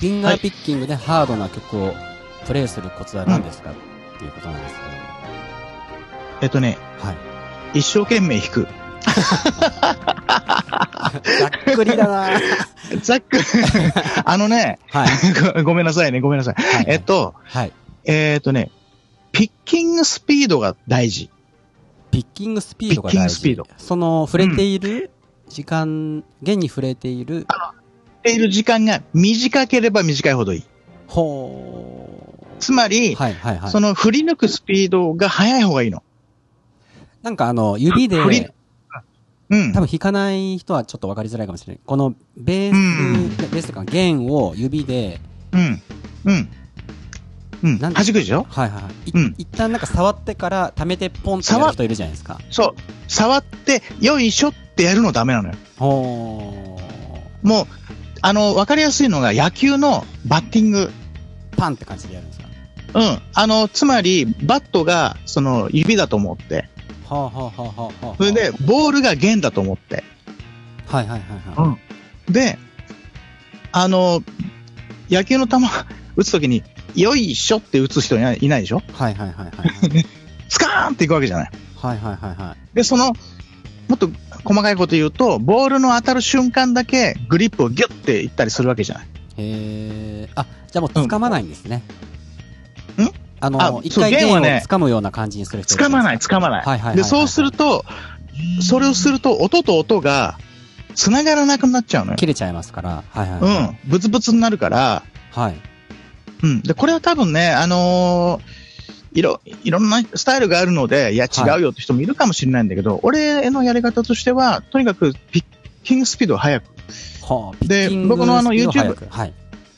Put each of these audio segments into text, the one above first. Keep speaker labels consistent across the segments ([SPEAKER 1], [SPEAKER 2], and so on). [SPEAKER 1] フィンガーピッキングでハードな曲をプレイするコツは何ですか、っていうことなんですけども。
[SPEAKER 2] えっとね、
[SPEAKER 1] はい。
[SPEAKER 2] 一生懸命弾く。
[SPEAKER 1] ざっくりだな
[SPEAKER 2] ざっくり、 あのね、
[SPEAKER 1] はい。
[SPEAKER 2] ごごめんなさいね、ごめんなさい。
[SPEAKER 1] はい
[SPEAKER 2] えっと、
[SPEAKER 1] はい。
[SPEAKER 2] えっとね、ピッキングスピードが大事。
[SPEAKER 1] ピッキングスピードが
[SPEAKER 2] ピッ
[SPEAKER 1] 大
[SPEAKER 2] キング
[SPEAKER 1] 事。
[SPEAKER 2] スピード
[SPEAKER 1] その、触れている時間、現に触れている、
[SPEAKER 2] っている時間が短ければ短いほどいい。
[SPEAKER 1] ほ
[SPEAKER 2] つまり、
[SPEAKER 1] う。はいはいはい
[SPEAKER 2] そ。の振り抜くスピードが速い方がいいの。
[SPEAKER 1] なんかあの、指で、
[SPEAKER 2] 振りうん
[SPEAKER 1] 多。分弾かない人はちょっと分かりづらいかもしれない。このベース、
[SPEAKER 2] うん
[SPEAKER 1] ベースというか弦を指で、
[SPEAKER 2] うん。うん。うん。
[SPEAKER 1] なん
[SPEAKER 2] 弾
[SPEAKER 1] で
[SPEAKER 2] くでしょ
[SPEAKER 1] はいはいはい。い
[SPEAKER 2] うん
[SPEAKER 1] 一旦なんか触ってから溜めてポンってやる人いるじゃないですか。
[SPEAKER 2] そう。触って、よいしょってやるのダメなのよ。
[SPEAKER 1] ほ
[SPEAKER 2] もう、あの、わかりやすいのが野球のバッティング。
[SPEAKER 1] ー。パンって感じでやるんですか。
[SPEAKER 2] うん。あの、つまり、バットが、その、指だと思って。
[SPEAKER 1] はあ、はあはあはあはあ、
[SPEAKER 2] それで、ボールが弦だと思って。
[SPEAKER 1] はいはいはいは
[SPEAKER 2] で、あの、野球の球、打つときに、よいしょって打つ人いないいないでしょ
[SPEAKER 1] い。はいはいはいはい。
[SPEAKER 2] スカーンっていくわけじゃない。
[SPEAKER 1] はいはいはいはい。
[SPEAKER 2] で、その、もっと細かいこと言うと、ボールの当たる瞬間だけグリップをギュッていったりするわけじゃない。
[SPEAKER 1] へえ。あ、じゃあもう掴まないんですね。
[SPEAKER 2] うん
[SPEAKER 1] あ
[SPEAKER 2] あ
[SPEAKER 1] の、一
[SPEAKER 2] そう
[SPEAKER 1] 回
[SPEAKER 2] 弦
[SPEAKER 1] 弦を
[SPEAKER 2] はね
[SPEAKER 1] 掴むような感じにする人
[SPEAKER 2] 掴まない、
[SPEAKER 1] いるじ
[SPEAKER 2] 掴まな
[SPEAKER 1] ゃです
[SPEAKER 2] い。
[SPEAKER 1] か。はいはいはいはい。
[SPEAKER 2] で、そうすると、それをすると音と音が繋がらなくなっちゃうのよ。
[SPEAKER 1] 切れちゃいますから。はいはい。
[SPEAKER 2] う
[SPEAKER 1] はい。
[SPEAKER 2] ん。ブツブツになるから、
[SPEAKER 1] はい。
[SPEAKER 2] うん。で、これは多分ね、あのーいろ、いろんなスタイルがあるので、いや、
[SPEAKER 1] はい
[SPEAKER 2] 違うよって人もいるかもしれないんだけど、俺のやり方としては、とにかくピッキングスピードを速く。
[SPEAKER 1] はあ、ピ
[SPEAKER 2] で
[SPEAKER 1] ッキング
[SPEAKER 2] 僕のあの
[SPEAKER 1] スピード
[SPEAKER 2] YouTube
[SPEAKER 1] 早くはい。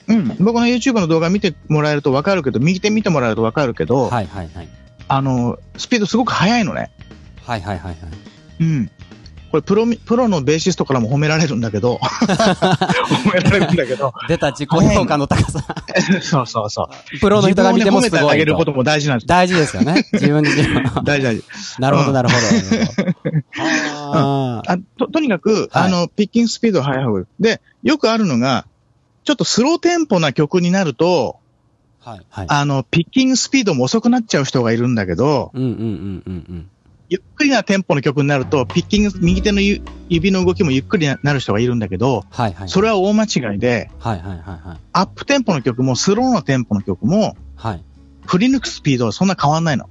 [SPEAKER 2] うん。僕の YouTube の動画見てもらえるとわかるけど、右手見てもらえるとわかるけど、
[SPEAKER 1] はいはいはい。
[SPEAKER 2] あのースピードすごく速いのね。
[SPEAKER 1] はいはいはいはい。
[SPEAKER 2] うん。これプロみ、プロのベーシストからも褒められるんだけど、 褒められるんだけど、
[SPEAKER 1] 出た自己評価の高さ。
[SPEAKER 2] そうそうそう。
[SPEAKER 1] プロの人が見ても
[SPEAKER 2] 自分を
[SPEAKER 1] すご
[SPEAKER 2] ね褒めてあ
[SPEAKER 1] い
[SPEAKER 2] げること
[SPEAKER 1] と。
[SPEAKER 2] も大事なんです。
[SPEAKER 1] 大事ですよね。自分自身の
[SPEAKER 2] 大事大事。
[SPEAKER 1] なるほど
[SPEAKER 2] うん
[SPEAKER 1] なるほど。あ ー
[SPEAKER 2] あと、とにかく、
[SPEAKER 1] はい
[SPEAKER 2] あの、ピッキングスピード速い方がいい。で、よくあるのが、ちょっとスローテンポな曲になると、
[SPEAKER 1] はいはい。
[SPEAKER 2] あの、ピッキングスピードも遅くなっちゃう人がいるんだけど、
[SPEAKER 1] うんうんうんうんうん。
[SPEAKER 2] ゆっくりなテンポの曲になると、ピッキング、右手のゆ指の動きもゆっくりなる人がいるんだけど、
[SPEAKER 1] はいはい。
[SPEAKER 2] それは大間違いで、
[SPEAKER 1] はいはいはいはい。
[SPEAKER 2] アップテンポの曲もスローのテンポの曲も、
[SPEAKER 1] はい。
[SPEAKER 2] 振り抜くスピードはそんな変わんないの。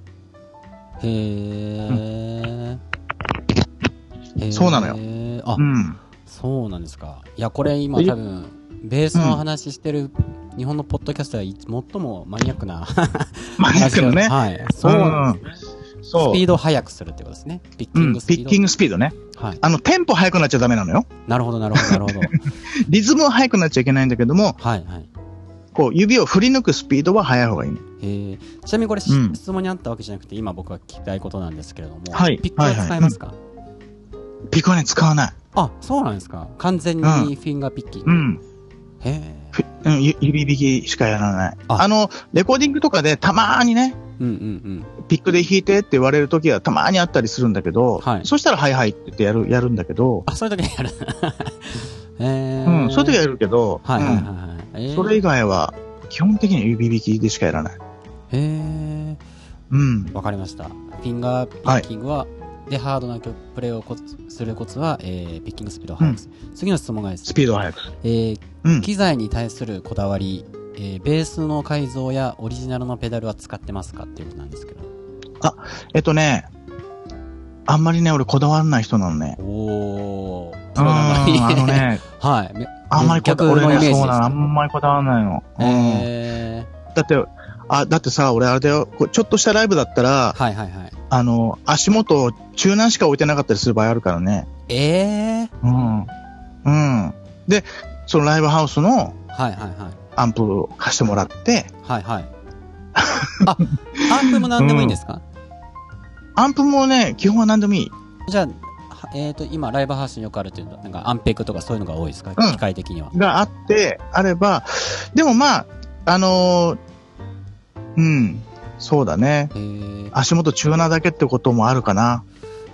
[SPEAKER 1] へー。へー
[SPEAKER 2] そうなのよ。
[SPEAKER 1] あ
[SPEAKER 2] う、ん。
[SPEAKER 1] そうなんですか。いや、これ今多分、ベースの話してる日本のポッドキャストはい最もマニアックな
[SPEAKER 2] まあ、ですけどね。
[SPEAKER 1] はい。そうなんですね。
[SPEAKER 2] そ
[SPEAKER 1] ス
[SPEAKER 2] う。
[SPEAKER 1] ピードを速くするってことですね。ピッキ
[SPEAKER 2] う
[SPEAKER 1] ン
[SPEAKER 2] ん、
[SPEAKER 1] グ
[SPEAKER 2] ピ
[SPEAKER 1] スピー
[SPEAKER 2] ッ
[SPEAKER 1] ド。
[SPEAKER 2] キングスピードね。
[SPEAKER 1] はい。
[SPEAKER 2] あの、テンポ速くなっちゃダメなのよ。
[SPEAKER 1] なるほど、なるほど、なるほど。
[SPEAKER 2] リズムは速くなっちゃいけないんだけども、
[SPEAKER 1] はい、はい。
[SPEAKER 2] こう、指を振り抜くスピードは速い方がいいね。
[SPEAKER 1] えー、ちなみにこれ、し
[SPEAKER 2] うん
[SPEAKER 1] 質問にあったわけじゃなくて、今僕が聞きたいことなんですけれども、
[SPEAKER 2] はい
[SPEAKER 1] ピックは使えますか、
[SPEAKER 2] ピコはね、使わない。
[SPEAKER 1] あ、そうなんですか。完全にフ
[SPEAKER 2] うん
[SPEAKER 1] ィンガーピッキング。
[SPEAKER 2] うん。
[SPEAKER 1] へえ。
[SPEAKER 2] ふうん、ゆ指引きしかやらない。
[SPEAKER 1] あ
[SPEAKER 2] あの、レコーディングとかでたまーにね、
[SPEAKER 1] うんうん
[SPEAKER 2] ピックで弾いてって言われる時はたまーにあったりするんだけど、
[SPEAKER 1] はい
[SPEAKER 2] そしたらはいはいって言ってやる、やるんだけど、
[SPEAKER 1] あ、そういう時にやる。 えー、
[SPEAKER 2] うん、そういう時はやるけど、
[SPEAKER 1] はいはいはい
[SPEAKER 2] うん
[SPEAKER 1] はい。えー、
[SPEAKER 2] それ以外は、基本的には指引きでしかやらない。
[SPEAKER 1] えー、
[SPEAKER 2] うん。
[SPEAKER 1] わかりました。フィンガーピッキングは、で、ハードな曲プレイをコツするコツは、えー、ピッキングスピードを速くする。次の質問がです
[SPEAKER 2] ス
[SPEAKER 1] ね、
[SPEAKER 2] ピードは速くする。
[SPEAKER 1] えー、
[SPEAKER 2] うん。
[SPEAKER 1] 機材に対するこだわり、えーベースの改造やオリジナルのペダルは使ってますかっていうことなんですけど。
[SPEAKER 2] えっとね、あんまりね、俺こだわらない人なのね。
[SPEAKER 1] おー。
[SPEAKER 2] うん、あの。ね、
[SPEAKER 1] はい。め
[SPEAKER 2] あんまりこだ
[SPEAKER 1] 逆
[SPEAKER 2] わ
[SPEAKER 1] の
[SPEAKER 2] ら
[SPEAKER 1] イメー
[SPEAKER 2] な
[SPEAKER 1] ジ
[SPEAKER 2] い。
[SPEAKER 1] です
[SPEAKER 2] そうなの、あんまりこだわらないの。うん
[SPEAKER 1] え
[SPEAKER 2] だって、あ、だってさ、俺あれだよ、こうちょっとしたライブだったら
[SPEAKER 1] ー、、はいはいはい。
[SPEAKER 2] あの、足元、中南しか置いてなかったりする場合あるからね。
[SPEAKER 1] えー。
[SPEAKER 2] うん。うん。で、そのライブハウスの
[SPEAKER 1] はいはいはい。
[SPEAKER 2] アンプを貸してもらって、
[SPEAKER 1] はい はい。あ、アンプも何でもいいんですか、
[SPEAKER 2] アンプもね、基本は何でもいい。
[SPEAKER 1] じゃあ、はえっ、と、今、ライブハウスによくあるというのは、なんかアンペクとかそういうのが多いですか、
[SPEAKER 2] うん
[SPEAKER 1] 機械的には。
[SPEAKER 2] があって、あれば、でもまあ、あのーうん、そうだね。
[SPEAKER 1] えー、
[SPEAKER 2] 足元中南だけってこともあるかな。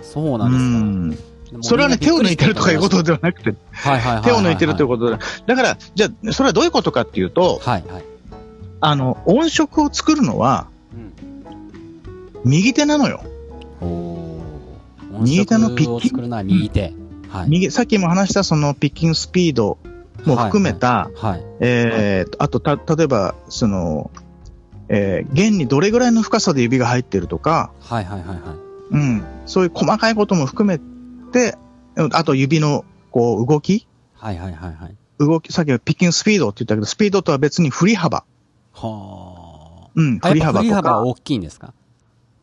[SPEAKER 1] そう
[SPEAKER 2] う
[SPEAKER 1] なんですか。
[SPEAKER 2] ん。それはね、手を抜いてるとかいうことではなくて、
[SPEAKER 1] はいはいはいはいはい
[SPEAKER 2] 手を抜いてるということで、だから、じゃあ、それはどういうことかっていうと、
[SPEAKER 1] はいはい。
[SPEAKER 2] あの、音色を作るのは、
[SPEAKER 1] うん
[SPEAKER 2] 右手なのよ。
[SPEAKER 1] おー
[SPEAKER 2] 右手のピッ
[SPEAKER 1] 音
[SPEAKER 2] キン
[SPEAKER 1] 色を作るのは右手。はい。
[SPEAKER 2] 右、さっきも話したそのピッキングスピードも含めた、
[SPEAKER 1] はい。
[SPEAKER 2] えーとあとた、例えば、その、えー弦にどれぐらいの深さで指が入ってるとか、
[SPEAKER 1] はいはいはいはい。
[SPEAKER 2] うん、そういう細かいことも含めて、うんあと指のこう動き、
[SPEAKER 1] はいはいはいはい。
[SPEAKER 2] 動き、さっきのピッキングスピードって言ったけど、スピードとは別に振り幅。
[SPEAKER 1] は
[SPEAKER 2] うん、
[SPEAKER 1] あ。
[SPEAKER 2] 振り
[SPEAKER 1] やっぱ振
[SPEAKER 2] 幅と
[SPEAKER 1] り幅
[SPEAKER 2] か
[SPEAKER 1] は。大きいんですか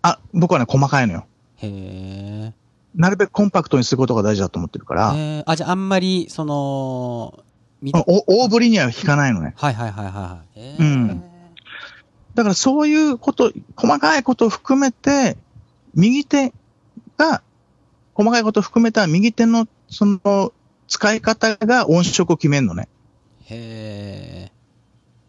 [SPEAKER 2] あ、僕はね、細かいのよ。
[SPEAKER 1] へー。
[SPEAKER 2] なるべくコンパクトにすることが大事だと思ってるから、
[SPEAKER 1] えーあ、じゃああんまり、その、見た、
[SPEAKER 2] お大振りには弾かないのね。
[SPEAKER 1] はいはいはいはいはい。えー
[SPEAKER 2] うんだからそういうこと、細かいことを含めて、右手が、細かいことを含めた右手の、その、使い方が音色を決めるのね。
[SPEAKER 1] へ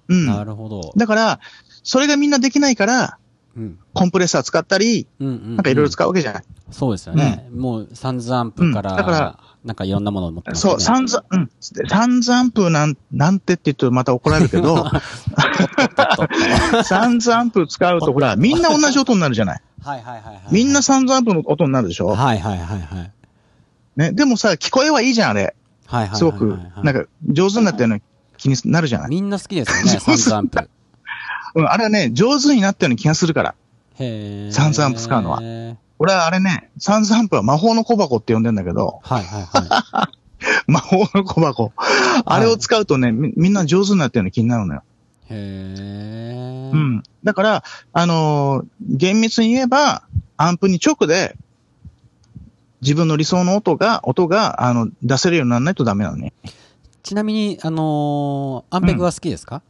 [SPEAKER 2] う。
[SPEAKER 1] ーなんるほど。
[SPEAKER 2] だから、それがみんなできないから、
[SPEAKER 1] うん。
[SPEAKER 2] コンプレッサー使ったり、
[SPEAKER 1] うんうん。
[SPEAKER 2] なんかいろいろ使うわけじゃない。
[SPEAKER 1] うん。そうですよね。もう、サンズアンプから、
[SPEAKER 2] うんだから
[SPEAKER 1] なんかいろんなものを持ってますね
[SPEAKER 2] そう、散々、うん。散々風なん、なんてって言うとまた怒られるけ ど、 散々風使うと、ほら、みんな同じ音になるじゃない。
[SPEAKER 1] はいはいはいはい。
[SPEAKER 2] みんな散々風の音になるでしょ。
[SPEAKER 1] はいはいはいはい。
[SPEAKER 2] ね。でもさ、聞こえはいいじゃん、あれ。
[SPEAKER 1] はいはいはいはい。
[SPEAKER 2] すごく、なん
[SPEAKER 1] か、
[SPEAKER 2] か、上手になったような気になるじゃない、
[SPEAKER 1] みんな好きですよね、サンズアンプ。
[SPEAKER 2] うん、あれはね、上手になったような気がするから。
[SPEAKER 1] へー
[SPEAKER 2] サンズアンプ使うのは
[SPEAKER 1] はい
[SPEAKER 2] 俺はあれね、サンズアンプは魔法の小箱って呼んでんだけど、
[SPEAKER 1] はいはい。
[SPEAKER 2] 魔法の小箱。あれを使うとね、みみんな上手になったような気になるのよ。
[SPEAKER 1] へー
[SPEAKER 2] う。ん。だから、あのー厳密に言えば、アンプに直で、自分の理想の音が、音が、あの、出せるようにならないとダメなのね。
[SPEAKER 1] ちなみに、あのーアンペグは好きですか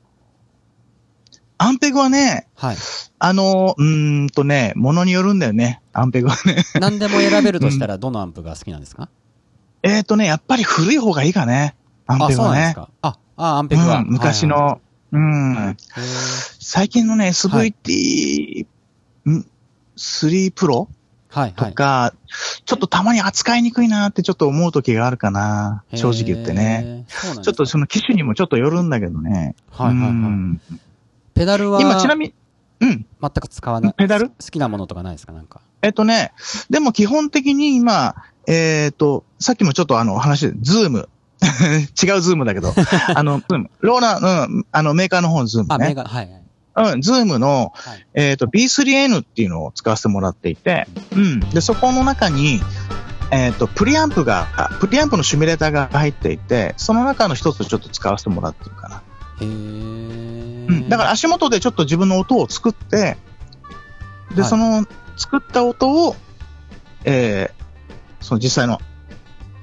[SPEAKER 2] アンペグはね、
[SPEAKER 1] はい。
[SPEAKER 2] あのーうーんとね、ものによるんだよね。アンペグは ね。
[SPEAKER 1] 何でも選べるとしたら、どのアンプが好きなんですか、
[SPEAKER 2] えーとね、やっぱり古い方がいいかね。アン
[SPEAKER 1] あ、
[SPEAKER 2] ペグ
[SPEAKER 1] そう
[SPEAKER 2] は
[SPEAKER 1] なんです
[SPEAKER 2] ね。
[SPEAKER 1] か。あ、あアンペ
[SPEAKER 2] う
[SPEAKER 1] グは。
[SPEAKER 2] ん、昔の、
[SPEAKER 1] はい
[SPEAKER 2] うん。
[SPEAKER 1] はいへー
[SPEAKER 2] 最近のね、SVT、ん ?3 プロ
[SPEAKER 1] はい、
[SPEAKER 2] と
[SPEAKER 1] はい。
[SPEAKER 2] か、ちょっとたまに扱いにくいなってちょっと思う時があるかな。正直言ってね。
[SPEAKER 1] へー。そうなんです
[SPEAKER 2] ち
[SPEAKER 1] か
[SPEAKER 2] ょっとその機種にもちょっとよるんだけどね。
[SPEAKER 1] はいはいは
[SPEAKER 2] う
[SPEAKER 1] い。
[SPEAKER 2] ん
[SPEAKER 1] ペダルは、
[SPEAKER 2] 今ちなみに、うん。
[SPEAKER 1] 全く使わない。
[SPEAKER 2] ペダル
[SPEAKER 1] 好きなものとかないですかなんか。
[SPEAKER 2] えっとね、でも基本的に今、えっ、と、さっきもちょっとあの話で、ズー ム。違うズームだけど、あの、ズーム。ローナ、うん、あのメーカーの方のズー
[SPEAKER 1] あ、
[SPEAKER 2] ム
[SPEAKER 1] メ
[SPEAKER 2] ね。
[SPEAKER 1] ガ、はい、はい。
[SPEAKER 2] うん、ズームの、
[SPEAKER 1] はい。
[SPEAKER 2] えっ、と、B3N っていうのを使わせてもらっていて、うん。で、そこの中に、えっ、と、プリアンプが、あプリアンプのシミュレーターが入っていて、その中の一つをちょっと使わせてもらってるかな。
[SPEAKER 1] へ
[SPEAKER 2] うん。
[SPEAKER 1] ー。
[SPEAKER 2] だから、足元でちょっと自分の音を作って、で、
[SPEAKER 1] はい
[SPEAKER 2] その作った音を、えー、その実際の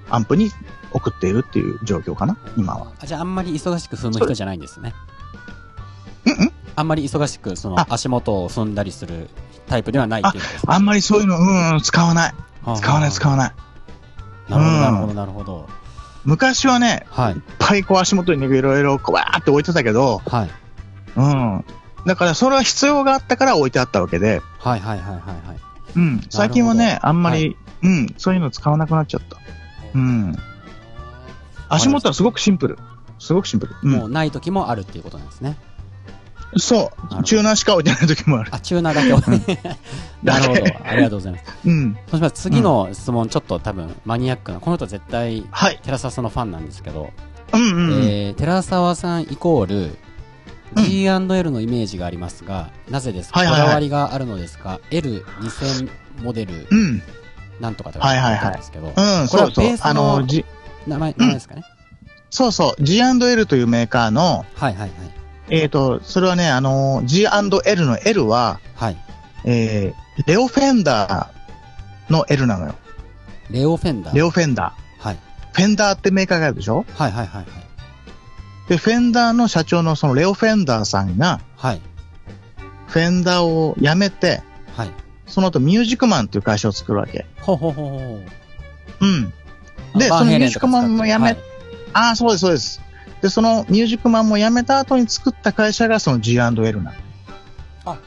[SPEAKER 2] アンプに送っているっていう状況かな、今は。
[SPEAKER 1] あじゃあ、あんまり忙しく踏む人じゃないんですね。
[SPEAKER 2] うんうん
[SPEAKER 1] あんまり忙しく、その
[SPEAKER 2] あ、
[SPEAKER 1] 足元を踏んだりするタイプではないっていうことですね
[SPEAKER 2] あんまりそういうの、うん、うん使わない。使わない、使
[SPEAKER 1] わ
[SPEAKER 2] わない。
[SPEAKER 1] なるほど、なるほど、なるほど。
[SPEAKER 2] 昔はね、
[SPEAKER 1] はい
[SPEAKER 2] いっ。ぱいこう足元にいろいろこうわーって置いてたけど、
[SPEAKER 1] はい。
[SPEAKER 2] うん。だからそれは必要があったから置いてあったわけで、
[SPEAKER 1] はいはいはいはいはい。
[SPEAKER 2] うん。最近はね、あんまり、うん、そういうの使わなくなっちゃった。うん。足元はすごくシンプル。すごくシンプル。う。
[SPEAKER 1] もうんない時もあるっていうことなんですね。
[SPEAKER 2] そ
[SPEAKER 1] ほど
[SPEAKER 2] う。チューナーしか置いてない時もある。
[SPEAKER 1] あ、チューナーだけはね。 なるほど。ありがとうございます。
[SPEAKER 2] うん。
[SPEAKER 1] そしたら次の質問、ちょっと多分マニアックな。この人絶対、
[SPEAKER 2] はい。
[SPEAKER 1] 寺澤さんのファンなんですけど、
[SPEAKER 2] うんうんうん。
[SPEAKER 1] えー、寺澤さんイコール、
[SPEAKER 2] うん
[SPEAKER 1] G&L のイメージがありますが、なぜですか、
[SPEAKER 2] はいはいはい
[SPEAKER 1] こだわりがあるのですか ?L2000 モデル
[SPEAKER 2] うん。
[SPEAKER 1] なんとかとか
[SPEAKER 2] はいは
[SPEAKER 1] 書
[SPEAKER 2] いはい
[SPEAKER 1] いてあるんですけど、
[SPEAKER 2] うん、
[SPEAKER 1] これ
[SPEAKER 2] そ
[SPEAKER 1] は
[SPEAKER 2] うそ
[SPEAKER 1] ベ
[SPEAKER 2] う
[SPEAKER 1] ー。スの
[SPEAKER 2] あの、G、
[SPEAKER 1] 名前、名前ですかね、
[SPEAKER 2] そうそう。G&L というメーカーの、
[SPEAKER 1] はいはいはい。
[SPEAKER 2] えっ、と、それはね、あの、G&L の L は、
[SPEAKER 1] はい。
[SPEAKER 2] えー、レオフェンダーの L なのよ。
[SPEAKER 1] レオフェンダー。
[SPEAKER 2] レオフェンダ
[SPEAKER 1] はい。
[SPEAKER 2] ー。フェンダーってメーカーがあるでしょ
[SPEAKER 1] はいはいはいはい。
[SPEAKER 2] で、フェンダーの社長のそのレオフェンダーさんが、
[SPEAKER 1] はい。
[SPEAKER 2] フェンダーを辞めて、
[SPEAKER 1] はい。
[SPEAKER 2] その後ミュージックマンっていう会社を作るわけ。
[SPEAKER 1] ほうほうほうほう。
[SPEAKER 2] うん。で
[SPEAKER 1] あ
[SPEAKER 2] その
[SPEAKER 1] バヘレン
[SPEAKER 2] ミュージ
[SPEAKER 1] と
[SPEAKER 2] ッ
[SPEAKER 1] か
[SPEAKER 2] ク
[SPEAKER 1] 使って
[SPEAKER 2] マンもやめ
[SPEAKER 1] はい
[SPEAKER 2] ああ、そうです、そうです。で、そのミュージックマンも辞めた後に作った会社がその G&L なの。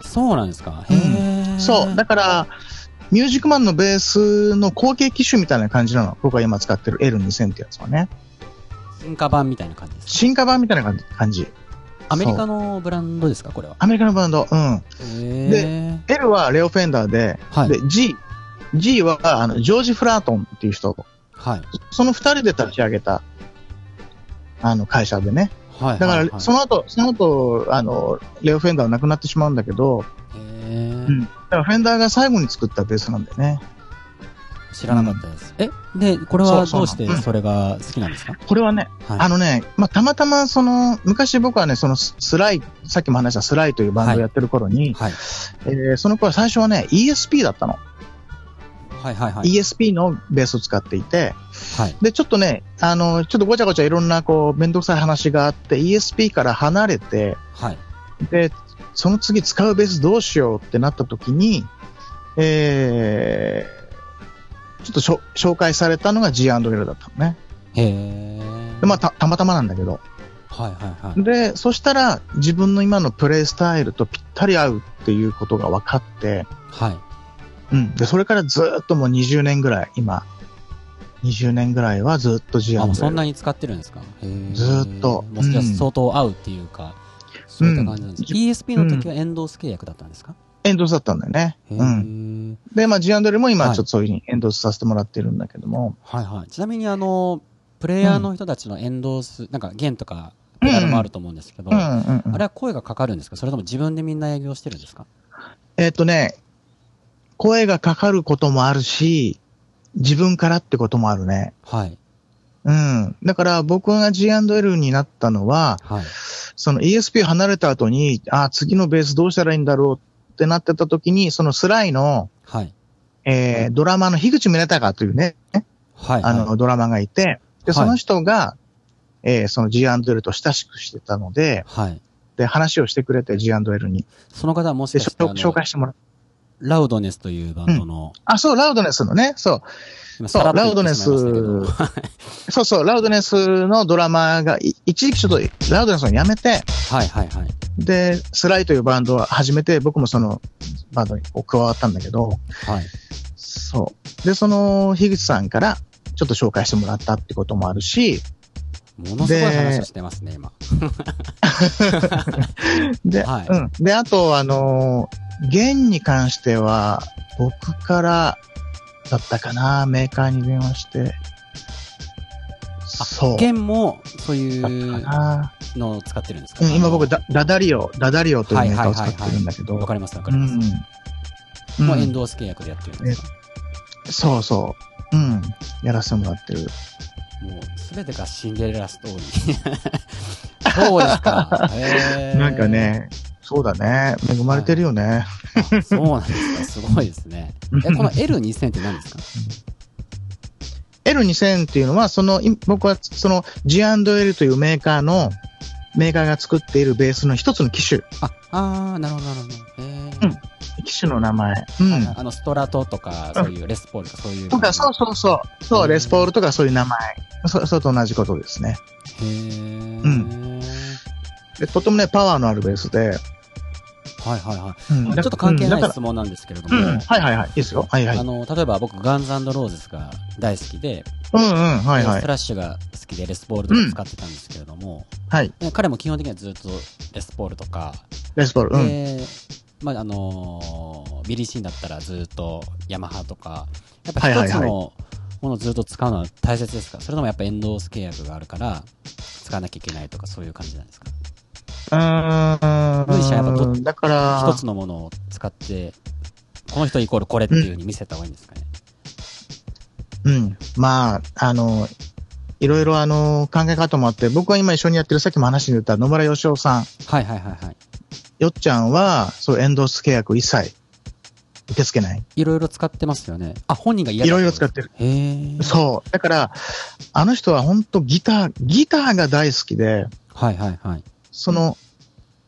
[SPEAKER 1] そうなんですか。
[SPEAKER 2] うん
[SPEAKER 1] へー
[SPEAKER 2] そう。だから、ミュージックマンのベースの後継機種みたいな感じなの。僕が今使ってる L2000 ってやつはね。
[SPEAKER 1] 進化版みたいな感じですか
[SPEAKER 2] 進化版みたいな感じ。
[SPEAKER 1] アメリカのブランドですかこれは。
[SPEAKER 2] アメリカのブランド。うん。
[SPEAKER 1] へ
[SPEAKER 2] L はレオ・フェンダーで、
[SPEAKER 1] ー。はい。
[SPEAKER 2] で、G。G は、あの、ジョージ・フラートンっていう人。
[SPEAKER 1] はい。
[SPEAKER 2] その二人で立ち上げた、あの、会社でね。
[SPEAKER 1] はい。
[SPEAKER 2] だから、
[SPEAKER 1] はいはい
[SPEAKER 2] その後、その後、あの、レオ・フェンダーは亡くなってしまうんだけど、
[SPEAKER 1] へ
[SPEAKER 2] う
[SPEAKER 1] ー
[SPEAKER 2] んだからフェンダーが最後に作ったベースなんだよね。
[SPEAKER 1] 知らなかったです。え、で、これは
[SPEAKER 2] そ
[SPEAKER 1] ど
[SPEAKER 2] う
[SPEAKER 1] う
[SPEAKER 2] そ
[SPEAKER 1] し
[SPEAKER 2] う
[SPEAKER 1] てそれが好きなんですか
[SPEAKER 2] これはね、
[SPEAKER 1] はい
[SPEAKER 2] あのね、まあ、たまたま、その、昔僕はね、そのス、スライ、さっきも話したスライというバンドをやってる頃に、
[SPEAKER 1] はい。
[SPEAKER 2] えーその子は最初はね、ESP だったの。
[SPEAKER 1] はいはいはい。
[SPEAKER 2] ESP のベースを使っていて、
[SPEAKER 1] はい。
[SPEAKER 2] で、ちょっとね、あの、ちょっとごちゃごちゃいろんな、こう、めんどくさい話があって、ESP から離れて、
[SPEAKER 1] はい。
[SPEAKER 2] で、その次使うベースどうしようってなった時に、えー、ちょっとしょ紹介されたのが G&L だったのね。
[SPEAKER 1] へえ。
[SPEAKER 2] でまあた、たまたまなんだけど。
[SPEAKER 1] はいはいはい。
[SPEAKER 2] で、そしたら自分の今のプレイスタイルとぴったり合うっていうことが分かって、
[SPEAKER 1] はい。
[SPEAKER 2] うん。で、それからずーっともう20年ぐらい、今、20年ぐらいはずっと
[SPEAKER 1] あ、もうそん
[SPEAKER 2] G&L。
[SPEAKER 1] なに使ってるんですかへー
[SPEAKER 2] ずーっと
[SPEAKER 1] もうじゃあ
[SPEAKER 2] うん
[SPEAKER 1] 相当合うっていうか、そういった感じなんです。
[SPEAKER 2] うん
[SPEAKER 1] ESP の時は遠藤契約だったんですか
[SPEAKER 2] エンドスだったんだよね。
[SPEAKER 1] へ
[SPEAKER 2] うん。
[SPEAKER 1] ー
[SPEAKER 2] で、まあ G&L も今
[SPEAKER 1] はい
[SPEAKER 2] ちょっとそういうふうにエンドスさせてもらってるんだけども、
[SPEAKER 1] はいはい。ちなみにあの、プレイヤーの人たちのエンドス、なんか弦とか、ペダルもあると思うんですけど、
[SPEAKER 2] うんうんうん
[SPEAKER 1] あれ。は声がかかるんですかそれとも自分でみんな営業してるんですか
[SPEAKER 2] えっ、とね、声がかかることもあるし、自分からってこともあるね。
[SPEAKER 1] はい。
[SPEAKER 2] うん。だから僕が G&L になったのは、
[SPEAKER 1] はい。
[SPEAKER 2] その ESP を離れた後に、あー次のベースどうしたらいいんだろうってなってた時に、そのスライの、
[SPEAKER 1] はい。
[SPEAKER 2] えードラマーの樋口宗隆というね、
[SPEAKER 1] はい。
[SPEAKER 2] あ
[SPEAKER 1] は
[SPEAKER 2] の、ドラマーがいて、
[SPEAKER 1] は
[SPEAKER 2] で、
[SPEAKER 1] い
[SPEAKER 2] その人が、えーその G&L と親しくしてたので
[SPEAKER 1] い。、はい。
[SPEAKER 2] で、話をしてくれて G&L に。
[SPEAKER 1] その方はもし
[SPEAKER 2] で、
[SPEAKER 1] かしてあ
[SPEAKER 2] 紹
[SPEAKER 1] の
[SPEAKER 2] 紹介してもらった。
[SPEAKER 1] ラウドネスというバンドの、
[SPEAKER 2] あ、そう、ラウドネスのね、そう。
[SPEAKER 1] 今
[SPEAKER 2] そう
[SPEAKER 1] さらっと言ってしまいましたけど
[SPEAKER 2] ラウドネスそうそう、ラウドネスのドラマーがい、一時期ちょっとラウドネスをやめて、
[SPEAKER 1] はいはいはい。
[SPEAKER 2] で、スライというバンドを始めて、僕もそのバンドにこう加わったんだけど、
[SPEAKER 1] はい。
[SPEAKER 2] そう。で、その、樋口さんから、ちょっと紹介してもらったってこともあるし、
[SPEAKER 1] ものすごい話をしてますね、今。
[SPEAKER 2] で、
[SPEAKER 1] はい
[SPEAKER 2] うん。で、あと、あのー、弦に関しては、僕からだったかな、メーカーに電話して、そう。
[SPEAKER 1] 弦も、そうい
[SPEAKER 2] だったか
[SPEAKER 1] う
[SPEAKER 2] な。
[SPEAKER 1] のを使ってるんですか、
[SPEAKER 2] うん、今僕ダ、ダダリオ、ダダリオというメーカーを使
[SPEAKER 1] はいはい
[SPEAKER 2] っ
[SPEAKER 1] はいは
[SPEAKER 2] て
[SPEAKER 1] い
[SPEAKER 2] るんだけど
[SPEAKER 1] わ、かりますわか
[SPEAKER 2] う
[SPEAKER 1] ります。
[SPEAKER 2] ん。うん
[SPEAKER 1] もうエンドース契約でやってるんですか
[SPEAKER 2] そうそう。うん。やらせてもらってる。
[SPEAKER 1] もう、すべてがシンデレラストーリー。 そうですか。へー
[SPEAKER 2] なんか。ね、そうだね。恵まれてるよね。
[SPEAKER 1] あそうなんですか。すごいです ね。え、この L2000 って何ですか
[SPEAKER 2] L2000 っていうのは、その、い僕はその G&L というメーカーの、メーカーが作っているベースの一つの機種。
[SPEAKER 1] あ、あー、なるほどなるほど。へ
[SPEAKER 2] う
[SPEAKER 1] ー
[SPEAKER 2] ん機種の名前。う
[SPEAKER 1] はい
[SPEAKER 2] ん。
[SPEAKER 1] あの、ストラトとか、そういうレスポールとか、そういう。
[SPEAKER 2] とか、そうそうそう。そうう、
[SPEAKER 1] ん
[SPEAKER 2] レスポールとかそういう名前。そそうと同じことですね。
[SPEAKER 1] へー
[SPEAKER 2] うでとてもね、パワーのあるベースで。
[SPEAKER 1] はいはいはい。
[SPEAKER 2] うん
[SPEAKER 1] ちょっと関係な
[SPEAKER 2] だ
[SPEAKER 1] い
[SPEAKER 2] か
[SPEAKER 1] 質問なんですけれども
[SPEAKER 2] ら、うん。、はいはいはい。いいですよ。はいはい。う
[SPEAKER 1] あ
[SPEAKER 2] んうん。
[SPEAKER 1] の、例えば僕、ガンズローゼスが大好きで、
[SPEAKER 2] はいは
[SPEAKER 1] ス
[SPEAKER 2] い
[SPEAKER 1] ト。ラッシュが好きでレスポールとか使ってたんですけれども、
[SPEAKER 2] はい。
[SPEAKER 1] え彼も基本的にはずっとレスポールとか、
[SPEAKER 2] レスポール。うん。
[SPEAKER 1] で、まあ、あのービリー・シンだったらずっとヤマハとか、やっぱ
[SPEAKER 2] はいは
[SPEAKER 1] 一
[SPEAKER 2] い
[SPEAKER 1] つ
[SPEAKER 2] は
[SPEAKER 1] の
[SPEAKER 2] い
[SPEAKER 1] ものをずっと使うのは大切ですか、それともやっぱエンドース契約があるから、使わなきゃいけないとかそういう感じなんですか
[SPEAKER 2] うーん。
[SPEAKER 1] 文章はやっぱど
[SPEAKER 2] だから、
[SPEAKER 1] 一つのものを使って、この人イコールこれっていうふうに見せた方がいいんですかね。
[SPEAKER 2] うん。まあ、あの、いろいろあの、考え方もあって、僕は今一緒にやってる、さっきも話に出た野村義雄さん、
[SPEAKER 1] はいはいはいはい。
[SPEAKER 2] よっちゃんは、そう、エンドース契約一切受け付けない。
[SPEAKER 1] いろいろ使ってますよね。あ、本人が嫌
[SPEAKER 2] いろいろ使
[SPEAKER 1] っ
[SPEAKER 2] ってる。
[SPEAKER 1] て。へえ。
[SPEAKER 2] そう。だから、あの人は本当ギター、ギターが大好きで、
[SPEAKER 1] はいはいはい。
[SPEAKER 2] その、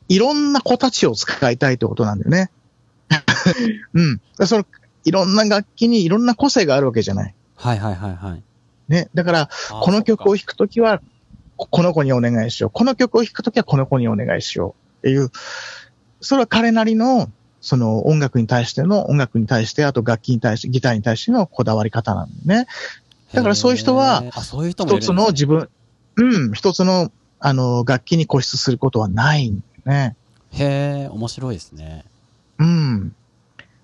[SPEAKER 2] いろんな子たちを使いたいってことなんだよね。 うん。その、いろんな楽器にいろんな個性があるわけじゃない。
[SPEAKER 1] はいはいはいはい。
[SPEAKER 2] ね。だから、
[SPEAKER 1] あ
[SPEAKER 2] この曲を
[SPEAKER 1] そっ
[SPEAKER 2] 弾くときは、ここの子にお願いしよう。この曲を弾くときは、この子にお願いしよう。っていう、それは彼なりの、その音楽に対しての、音楽に対して、あと楽器に対して、ギターに対してのこだわり方なんでね。だからそういう人は、
[SPEAKER 1] あそういう人も
[SPEAKER 2] 一つの自分、うん、一つの、あの、楽器に固執することはないんでね。
[SPEAKER 1] へえ、面白いですね。
[SPEAKER 2] うん。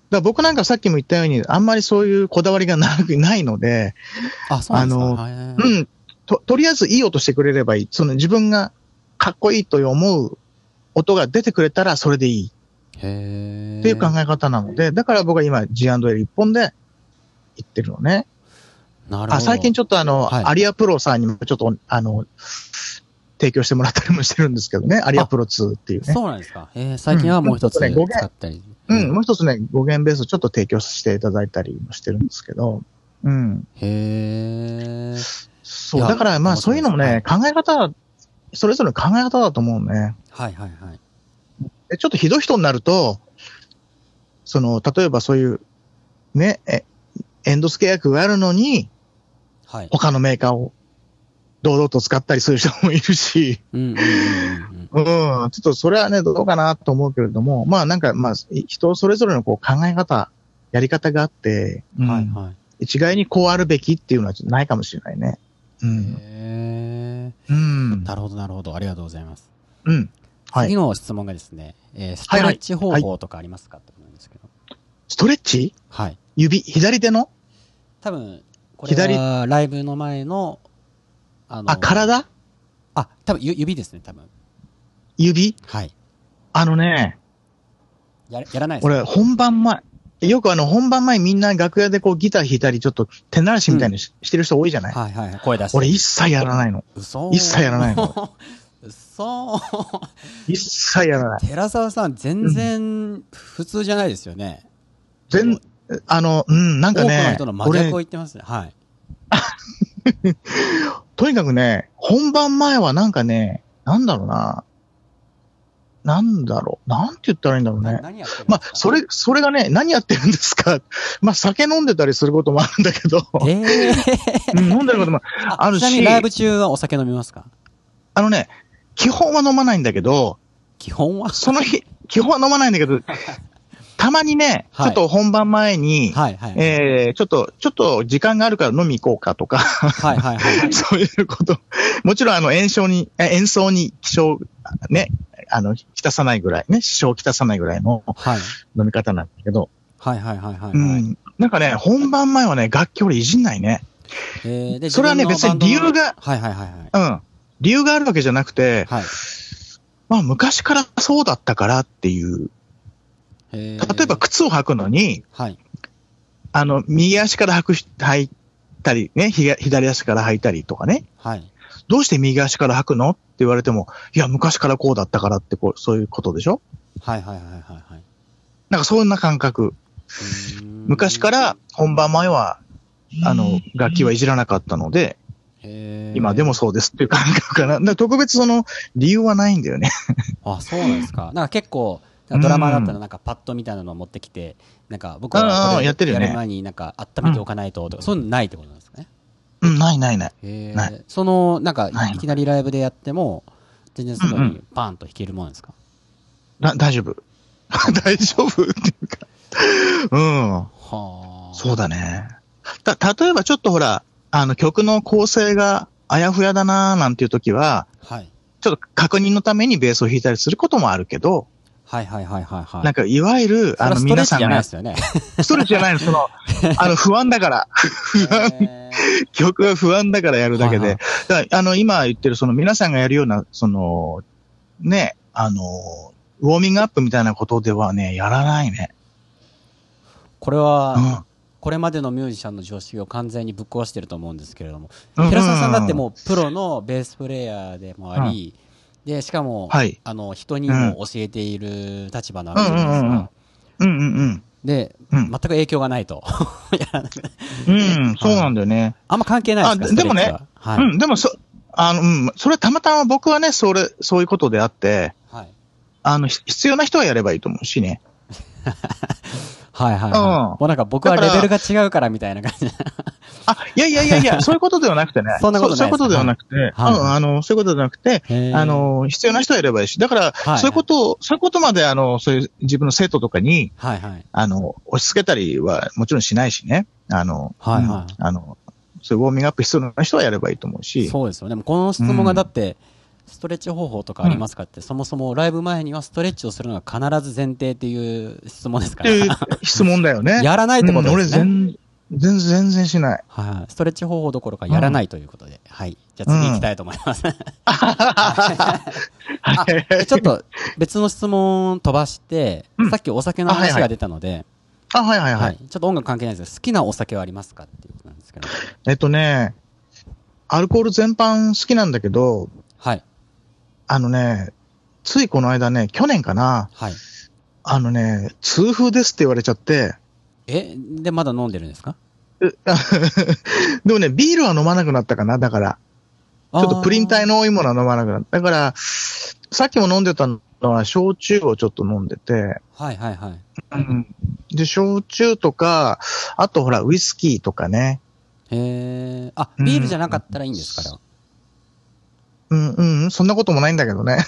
[SPEAKER 2] だ僕なんかさっきも言ったように、あんまりそういうこだわりがなくないので、
[SPEAKER 1] あ、そうなんですかあ
[SPEAKER 2] の、うん、と、とりあえずいい音してくれればいい。その自分がかっこいいと思う音が出てくれたらそれでいい。
[SPEAKER 1] へ
[SPEAKER 2] っていう考え方なので、だから僕は今 G&L 一本で行ってるのね。
[SPEAKER 1] なるほど。
[SPEAKER 2] 最近ちょっとあの、
[SPEAKER 1] はい、
[SPEAKER 2] アリアプロさんにもちょっと、あの、提供してもらったりもしてるんですけどね、アリアプロ2っていうね。
[SPEAKER 1] そうなんですか。えー、最近はもう一つ使ったり、
[SPEAKER 2] うんね、うん、もう一つね、語源ベースをちょっと提供していただいたりもしてるんですけど、うん。
[SPEAKER 1] へ
[SPEAKER 2] そう、だからまあそういうのもね、考え方、それぞれの考え方だと思うね。
[SPEAKER 1] はいはいはい。
[SPEAKER 2] ちょっとひどい人になると、その、例えばそういう、ね、え、エンドス契約があるのに、
[SPEAKER 1] はい。
[SPEAKER 2] 他のメーカーを堂々と使ったりする人もいるし、
[SPEAKER 1] うん、うん、
[SPEAKER 2] ちょっとそれはね、どうかなと思うけれども、まあなんか、まあ、人それぞれのこう考え方、やり方があって、
[SPEAKER 1] うん、はいはい。
[SPEAKER 2] 一概にこうあるべきっていうのはないかもしれないね。うん。
[SPEAKER 1] へ
[SPEAKER 2] うん。
[SPEAKER 1] なるほど、なるほど。ありがとうございます。
[SPEAKER 2] うん。
[SPEAKER 1] はい、次の質問がですね、えー、ストレッチ方法とかありますか、はいはい、ってことなんですけど。
[SPEAKER 2] ストレッチ
[SPEAKER 1] はい。
[SPEAKER 2] 指、左手の
[SPEAKER 1] 多分、これはライブの前の、
[SPEAKER 2] あの、あ、体
[SPEAKER 1] あ、多分指ですね、多分。
[SPEAKER 2] 指
[SPEAKER 1] はい。
[SPEAKER 2] あのね、
[SPEAKER 1] ややらないです
[SPEAKER 2] 俺、本番前、よくあの、本番前みんな楽屋でこうギター弾いたり、ちょっと手慣らしみたいにし,、してる人多いじゃない、うん、
[SPEAKER 1] はいはい、声出して。
[SPEAKER 2] 俺一切やらないの。
[SPEAKER 1] 嘘
[SPEAKER 2] 一切やらな いの。
[SPEAKER 1] そう。
[SPEAKER 2] 一切やらない。
[SPEAKER 1] 寺澤さん、全然、普通じゃないですよね。
[SPEAKER 2] 全、うん、あの、うん、なんかね。
[SPEAKER 1] 多くの人の真逆を言ってますね。はい。
[SPEAKER 2] とにかくね、本番前はなんかね、なんだろうな。なんだろう。なんて言ったらいいんだろうね。まあ、それ、それがね、何やってるんですか。 まあ、酒飲んでたりすることもあるんだけど。
[SPEAKER 1] ええー
[SPEAKER 2] 飲んでることも あるし。ちな
[SPEAKER 1] みにライブ中はお酒飲みますか
[SPEAKER 2] あのね、基本は飲まないんだけど、
[SPEAKER 1] 基本は
[SPEAKER 2] その日、基本は飲まないん だけど、たまにね、はい、ちょっと本番前に、
[SPEAKER 1] はいはい、
[SPEAKER 2] えー、ちょっと、ちょっと時間があるから飲み行こうかと か
[SPEAKER 1] はいはい、はい、
[SPEAKER 2] そういうこと。もちろん、あの、演奏に、演奏に気象、ね、あの、きたさないぐらいね、支障をきたさないぐらいの飲み方なんだけど。
[SPEAKER 1] はいはいはいはい、はい、
[SPEAKER 2] うん。なんかね、本番前はね、楽器俺いじんないね。
[SPEAKER 1] えー、で
[SPEAKER 2] それはね、別に理由が、
[SPEAKER 1] はいはいはい
[SPEAKER 2] はい、うん。理由があるわけじゃなくて、
[SPEAKER 1] はい、
[SPEAKER 2] まあ昔からそうだったからっていう。例えば靴を履くのに、
[SPEAKER 1] はい、
[SPEAKER 2] あの、右足から履く、履いたりね、左足から履いたりとかね。
[SPEAKER 1] はい、
[SPEAKER 2] どうして右足から履くのって言われても、いや、昔からこうだったからってこう、そういうことでしょ
[SPEAKER 1] はいはいはいはいはい。
[SPEAKER 2] なんかそんな感覚。昔から本番前は、あの、楽器はいじらなかったので、今でもそうですっていう感覚かな。か特別その理由はないんだよね
[SPEAKER 1] あ、そうなんですか。なんか結構、ドラマだったらなんかパッドみたいなのを持ってきて、なんか僕は
[SPEAKER 2] やってるよね。
[SPEAKER 1] 前になんか温めておかないととか、そういうのないってことなんですかね。
[SPEAKER 2] うん、ないないない。
[SPEAKER 1] ないその、なんかいきなりライブでやっても、全然すぐにバーンと弾けるもんですか、
[SPEAKER 2] うんうん、大丈夫。 大丈夫っていうかうん。は
[SPEAKER 1] あ。
[SPEAKER 2] そうだね。た、例えばちょっとほら、あの曲の構成があやふやだなーなんていう時は、
[SPEAKER 1] はい、
[SPEAKER 2] ちょっと確認のためにベースを弾いたりすることもあるけど、
[SPEAKER 1] はいはいはいはい、はい。
[SPEAKER 2] なんか、いわゆる、あの、皆さん
[SPEAKER 1] が、ストレッチじゃないですよね。
[SPEAKER 2] ストレッチじゃないの、その、 あの、不安だから。不安、曲は不安だからやるだけで。だあの、今言ってる、その、皆さんがやるような、その、ね、あの、ウォーミングアップみたいなことではね、やらないね。
[SPEAKER 1] これは、うんこれまでのミュージシャンの常識を完全にぶっ壊してると思うんですけれども、寺澤さんだってもうプロのベースプレーヤーでもあり、うん、で、しかも、
[SPEAKER 2] はい、
[SPEAKER 1] あの、人にも教えている立場なわけじゃないです
[SPEAKER 2] か。うんうんうん。
[SPEAKER 1] で、、
[SPEAKER 2] うん
[SPEAKER 1] 全く影響がないと。
[SPEAKER 2] うん、そうなんだよね。
[SPEAKER 1] あんま関係ないです
[SPEAKER 2] かでもね、はい、うん、でもそ、あの、うん、それたまたま僕はね、それ、そういうことであって、
[SPEAKER 1] はい、
[SPEAKER 2] あの、必要な人はやればいいと思うしね。
[SPEAKER 1] はいはい、はい
[SPEAKER 2] うん
[SPEAKER 1] もうなんか僕はレベルが違うからみたいな感じ。。
[SPEAKER 2] あ、いやいやいやいや、そういうことではなくてね
[SPEAKER 1] そんなことない
[SPEAKER 2] そうそういうことではなくて、
[SPEAKER 1] はい
[SPEAKER 2] うんあの、そういうことではなくて、 あ、の、必要な人はいればいいし、だから、
[SPEAKER 1] はい
[SPEAKER 2] そういうことを、そういうことまで、あの、そういう自分の生徒とかに、
[SPEAKER 1] はいはい。
[SPEAKER 2] あの、押し付けたりはもちろんしないしね。あの、
[SPEAKER 1] はいはい
[SPEAKER 2] うんあの、そういうウォーミングアップ必要な人はやればいいと思うし。
[SPEAKER 1] そうですよね。でもこの質問
[SPEAKER 2] う
[SPEAKER 1] が
[SPEAKER 2] ん
[SPEAKER 1] だって、ストレッチ方法とかありますかって、そもそもライブ前にはストレッチをするのが必ず前提っていう質問です
[SPEAKER 2] っ
[SPEAKER 1] か
[SPEAKER 2] て
[SPEAKER 1] ら。
[SPEAKER 2] いう質問だよね。
[SPEAKER 1] やらないってこと
[SPEAKER 2] うん
[SPEAKER 1] で
[SPEAKER 2] 俺
[SPEAKER 1] すね。
[SPEAKER 2] 全、全全然しない。
[SPEAKER 1] はい。ストレッチ方法どころかやらないということで。はい。じゃあ次行きたいと思います。あえちょっと別の質問飛ばして、
[SPEAKER 2] うん
[SPEAKER 1] さっきお酒の
[SPEAKER 2] あはい
[SPEAKER 1] 話
[SPEAKER 2] はい
[SPEAKER 1] が出たので、
[SPEAKER 2] あ、はいはいはい。
[SPEAKER 1] はいちょっと音楽関係ないですけど、好きなお酒はありますかっていうことなんですけど。
[SPEAKER 2] えっとね、アルコール全般好きなんだけど、
[SPEAKER 1] はい。
[SPEAKER 2] あのね、ついこの間ね、去年かな、
[SPEAKER 1] はい。
[SPEAKER 2] あのね、痛風ですって言われちゃって、
[SPEAKER 1] え、で、まだ飲んでるんですか
[SPEAKER 2] う でもね、ビールは飲まなくなったかな、だから。
[SPEAKER 1] ち
[SPEAKER 2] ちょっとプリン体の多いものは飲まなくなった。だから、さっきも飲んでたのは、焼酎をちょっと飲んでて、
[SPEAKER 1] はいはいはい。
[SPEAKER 2] で、焼酎とか、あとほら、ウイスキーとかね、
[SPEAKER 1] へえ。あ、
[SPEAKER 2] うん
[SPEAKER 1] ビールじゃなかったらいいんですから。
[SPEAKER 2] うんうん、そんなこともないんだけどね。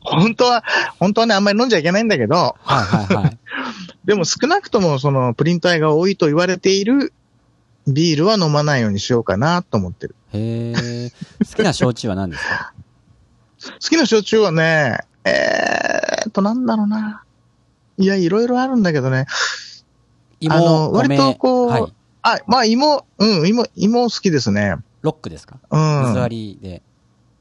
[SPEAKER 2] 本当は、本当はね、あんまり飲んじゃいけないんだけど、
[SPEAKER 1] はいはいはい。
[SPEAKER 2] でも少なくともそのプリン体が多いと言われているビールは飲まないようにしようかなと思ってる。
[SPEAKER 1] へえ。好きな焼酎は何ですか
[SPEAKER 2] 好きな焼酎はね、えーっと、なんだろうな。いや、いろいろあるんだけどね。
[SPEAKER 1] 芋、
[SPEAKER 2] あの
[SPEAKER 1] 米
[SPEAKER 2] 割とこう
[SPEAKER 1] はい。
[SPEAKER 2] あ、まあ、芋、うん、芋、芋好きですね。
[SPEAKER 1] ロックですか
[SPEAKER 2] う
[SPEAKER 1] 水
[SPEAKER 2] ん。
[SPEAKER 1] 割りで、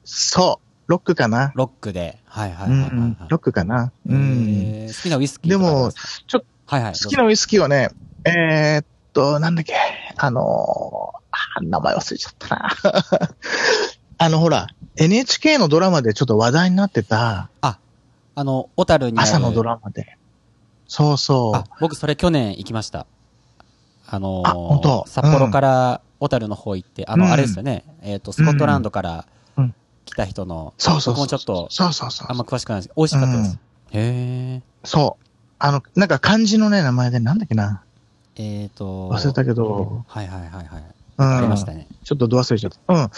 [SPEAKER 2] そう。ロックかな。
[SPEAKER 1] ロックで。はいはい
[SPEAKER 2] うん
[SPEAKER 1] はいうはい
[SPEAKER 2] ん
[SPEAKER 1] は、い。
[SPEAKER 2] ロックかな。うん。
[SPEAKER 1] へー好きなウイスキー
[SPEAKER 2] でも
[SPEAKER 1] とかありますか
[SPEAKER 2] ちょっと、
[SPEAKER 1] はいはい。
[SPEAKER 2] 好きなウイスキーはね、えーっと、なんだっけ、あのーあ名前忘れちゃったな。 あの、ほら、NHK のドラマでちょっと話題になってた、
[SPEAKER 1] あの、小樽にある
[SPEAKER 2] 朝のドラマで。そうそ
[SPEAKER 1] あ、僕それ去年行きました。あのー
[SPEAKER 2] あ本当
[SPEAKER 1] 札幌から小樽の方行って、あ
[SPEAKER 2] う
[SPEAKER 1] の、
[SPEAKER 2] ん
[SPEAKER 1] あれですよね。えっ、と、スコットランドから
[SPEAKER 2] うん
[SPEAKER 1] 来た人の
[SPEAKER 2] う。、そうそうそ
[SPEAKER 1] 僕
[SPEAKER 2] う。
[SPEAKER 1] もちょっと
[SPEAKER 2] そうそうそう
[SPEAKER 1] あん。ま詳しくないですけど、美味しかったです。へ
[SPEAKER 2] そう。あの、なんか漢字のね、名前で、なんだっけな。
[SPEAKER 1] え。えっ、と。
[SPEAKER 2] 忘れたけど。
[SPEAKER 1] はいはいはいはい。
[SPEAKER 2] うん。
[SPEAKER 1] ありましたね。
[SPEAKER 2] ちょっとど忘れちゃった。うん。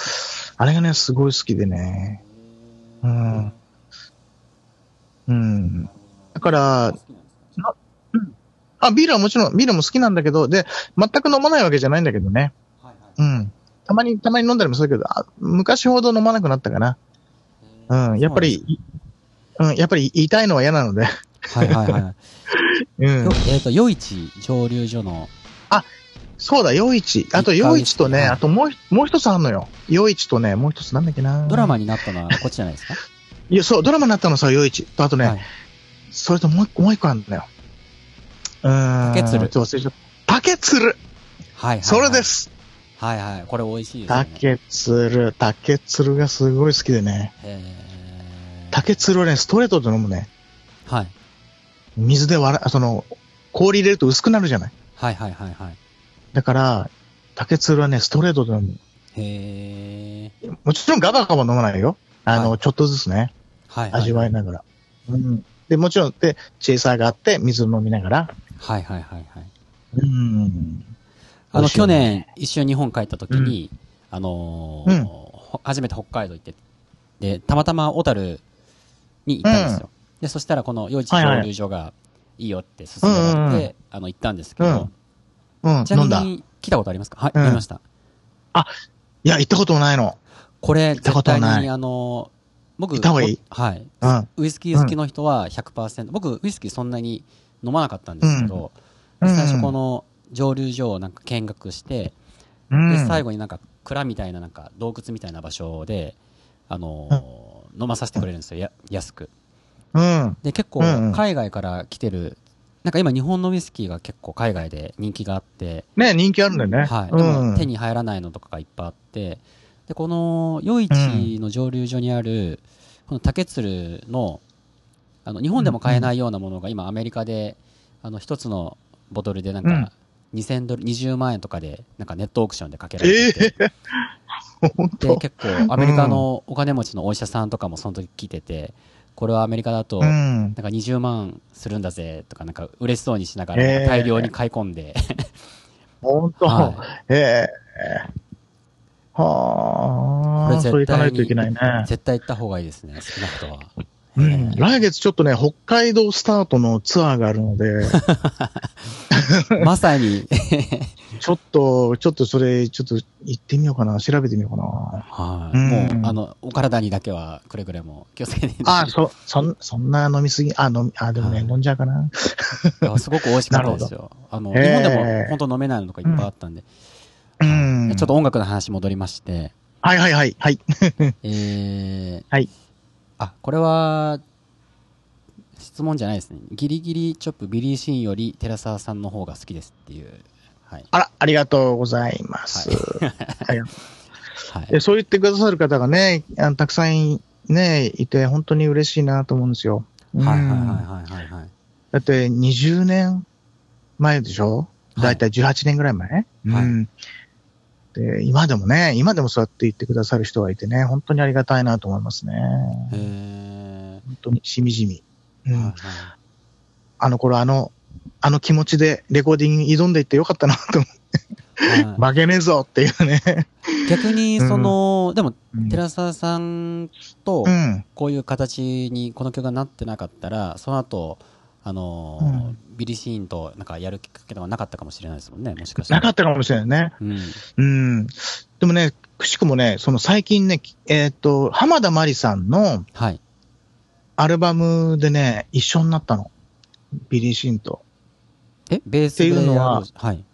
[SPEAKER 2] あれがね、すごい好きでね。うん。うん。だから、あ、ビールはもちろん、ビールも好きなんだけど、で、全く飲まないわけじゃないんだけどね。うん。たまに、たまに飲んだりもするけど、あ昔ほど飲まなくなったかな。うん。やっぱり、うん、やっぱり言いたいのは嫌な ので。
[SPEAKER 1] はいはいはい。
[SPEAKER 2] うん
[SPEAKER 1] よ。えっ、と、夜市蒸留所の、
[SPEAKER 2] そうだ、夜市。あと夜市とね、あともうひ、もう一つあんのよ。夜市とね、もう一つなんだっけな。
[SPEAKER 1] ドラマになったのはこっちじゃないですか
[SPEAKER 2] いや、そう、ドラマになったのさ、夜市。とあとね、
[SPEAKER 1] はい
[SPEAKER 2] それともう一個、もう一個あるんだよ。うーん。
[SPEAKER 1] 竹鶴
[SPEAKER 2] ちょっと忘れちゃった。竹鶴
[SPEAKER 1] はいはい。
[SPEAKER 2] それで。す
[SPEAKER 1] はいはい。これ美味しいですよね。
[SPEAKER 2] 竹鶴、竹鶴がすごい好きでね。
[SPEAKER 1] へー
[SPEAKER 2] 竹鶴をね、ストレートで飲むね。
[SPEAKER 1] はい。
[SPEAKER 2] 水で割ら、その、氷入れると薄くなるじゃない。
[SPEAKER 1] はいはいはいはい。
[SPEAKER 2] だから、竹鶴はね、ストレートで飲む。
[SPEAKER 1] へえ。
[SPEAKER 2] もちろんガバガバ飲まないよ。あの、
[SPEAKER 1] は
[SPEAKER 2] ちょっとずつね、
[SPEAKER 1] はい、はい。
[SPEAKER 2] 味わいながら。うん。で、もちろん、で、チェイサーがあって、水飲みながら。
[SPEAKER 1] はいはいはいはい。
[SPEAKER 2] うん。
[SPEAKER 1] あの、
[SPEAKER 2] 美味しいよ
[SPEAKER 1] 去年
[SPEAKER 2] ね、
[SPEAKER 1] 一緒に日本帰った時に、あのー
[SPEAKER 2] うん
[SPEAKER 1] ほ初めて北海道行って、で、たまたま小樽に行ったんですよ。で、そしたらこの夜市蒸留所がいいよって勧められて、
[SPEAKER 2] うんうんうん
[SPEAKER 1] あの、行ったんですけど、
[SPEAKER 2] うんうん、
[SPEAKER 1] ちな
[SPEAKER 2] 飲ん
[SPEAKER 1] み
[SPEAKER 2] だ。
[SPEAKER 1] に来たことありますかはい、
[SPEAKER 2] うん
[SPEAKER 1] ありました。
[SPEAKER 2] いや、行ったこともないの。
[SPEAKER 1] これ、
[SPEAKER 2] た
[SPEAKER 1] 絶
[SPEAKER 2] ことは
[SPEAKER 1] 対
[SPEAKER 2] ない
[SPEAKER 1] に、あのー僕、
[SPEAKER 2] 行った方がいい
[SPEAKER 1] おはい。
[SPEAKER 2] うん。
[SPEAKER 1] ウイスキー好きの人は100%、僕、ウイスキーそんなに飲まなかったんですけど、
[SPEAKER 2] うん
[SPEAKER 1] 最初この蒸留所をなんか見学して、
[SPEAKER 2] うん、
[SPEAKER 1] で、最後になんか蔵みたいななんか洞窟みたいな場所で、あのー飲まさせてくれるんですよ、や安く。
[SPEAKER 2] うん。
[SPEAKER 1] で、結構
[SPEAKER 2] うんうん
[SPEAKER 1] 海外から来てる、なんか今日本のウイスキーが結構海外で人気があって、
[SPEAKER 2] ね、人気あるんだよね。
[SPEAKER 1] はい。
[SPEAKER 2] う
[SPEAKER 1] でも
[SPEAKER 2] ん。
[SPEAKER 1] 手に入らないのとかがいっぱいあって、で、この、夜市の蒸留所にある、この竹鶴の、あの、日本でも買えないようなものが今アメリカで、あの、一つのボトルでなん
[SPEAKER 2] うん
[SPEAKER 1] か、2000ドル、20万円とかで、なんかネットオークションでかけら
[SPEAKER 2] え
[SPEAKER 1] れ
[SPEAKER 2] え
[SPEAKER 1] てて、
[SPEAKER 2] 本
[SPEAKER 1] で、
[SPEAKER 2] 当。
[SPEAKER 1] 結構アメリカのお金持ちのお医者さんとかもその時来てて、これはアメリカだと、
[SPEAKER 2] う
[SPEAKER 1] なん
[SPEAKER 2] ん。
[SPEAKER 1] か20万するんだぜとか、なんか嬉しそうにしながら、
[SPEAKER 2] ええ
[SPEAKER 1] 大量に買い込んで、
[SPEAKER 2] 本当、
[SPEAKER 1] は
[SPEAKER 2] ええはあ、そう行かないといけないね。
[SPEAKER 1] 絶対行った方がいいですね、少なくとは。
[SPEAKER 2] うん、来月ちょっとね、北海道スタートのツアーがあるので、
[SPEAKER 1] まさに、
[SPEAKER 2] ちょっと、ちょっとそれ、ちょっと行ってみようかな、調べてみようかな。
[SPEAKER 1] はい、
[SPEAKER 2] うん
[SPEAKER 1] もう、あの、お体にだけはくれぐれ も気をつけて、
[SPEAKER 2] あ、そ、そん、そんな飲みすぎ、あ、飲み、あ、でもね、
[SPEAKER 1] はい
[SPEAKER 2] 飲んじゃうかな。
[SPEAKER 1] いやすごく美味しかったですよ。あの、
[SPEAKER 2] え
[SPEAKER 1] 日
[SPEAKER 2] え
[SPEAKER 1] 本でも本当飲めないのとかいっぱいあったんで。
[SPEAKER 2] うん
[SPEAKER 1] で。ちょっと音楽の話戻りまして、
[SPEAKER 2] はいはいはい、はい。
[SPEAKER 1] えー、
[SPEAKER 2] はい。
[SPEAKER 1] あ、これは、質問じゃないですね。ギリギリチョップビリーシーンより寺澤さんの方が好きですっていう。はい。
[SPEAKER 2] あら、ありがとうございます。はい
[SPEAKER 1] はい
[SPEAKER 2] え、そう言ってくださる方がね、あのたくさんね、いて、本当に嬉しいなと思うんですよ。うん
[SPEAKER 1] はいはいはいはいはいはい。
[SPEAKER 2] だって20年前でしょ
[SPEAKER 1] は
[SPEAKER 2] だ
[SPEAKER 1] い
[SPEAKER 2] いたい18年ぐらい前、うんで。今でもね、今でもそうやって言ってくださる人がいてね、本当にありがたいなと思いますね。
[SPEAKER 1] えー
[SPEAKER 2] 本当にしみじみ。うん
[SPEAKER 1] はいはい
[SPEAKER 2] あの頃、あの、あの気持ちでレコーディングに挑んでいってよかったなと思う。
[SPEAKER 1] はい
[SPEAKER 2] 負けねえぞっていうね。
[SPEAKER 1] 逆に、その、でも、
[SPEAKER 2] うん
[SPEAKER 1] 寺澤さんと、
[SPEAKER 2] うん。
[SPEAKER 1] こういう形にこの曲がなってなかったら、その後、あのー
[SPEAKER 2] う
[SPEAKER 1] ビリシーンとなんかやるきっかけとかなかったかもしれないですもんね、もしかした
[SPEAKER 2] な
[SPEAKER 1] ら。
[SPEAKER 2] かったかもしれないね。
[SPEAKER 1] うん。
[SPEAKER 2] うん。でもね、くしくもね、その最近ね、きえっ、と、浜田まりさんの
[SPEAKER 1] はい。
[SPEAKER 2] アルバムでね、一緒になったの。ビリー・シーンと。
[SPEAKER 1] え、ベース
[SPEAKER 2] っていうの
[SPEAKER 1] や
[SPEAKER 2] は
[SPEAKER 1] ろうはい。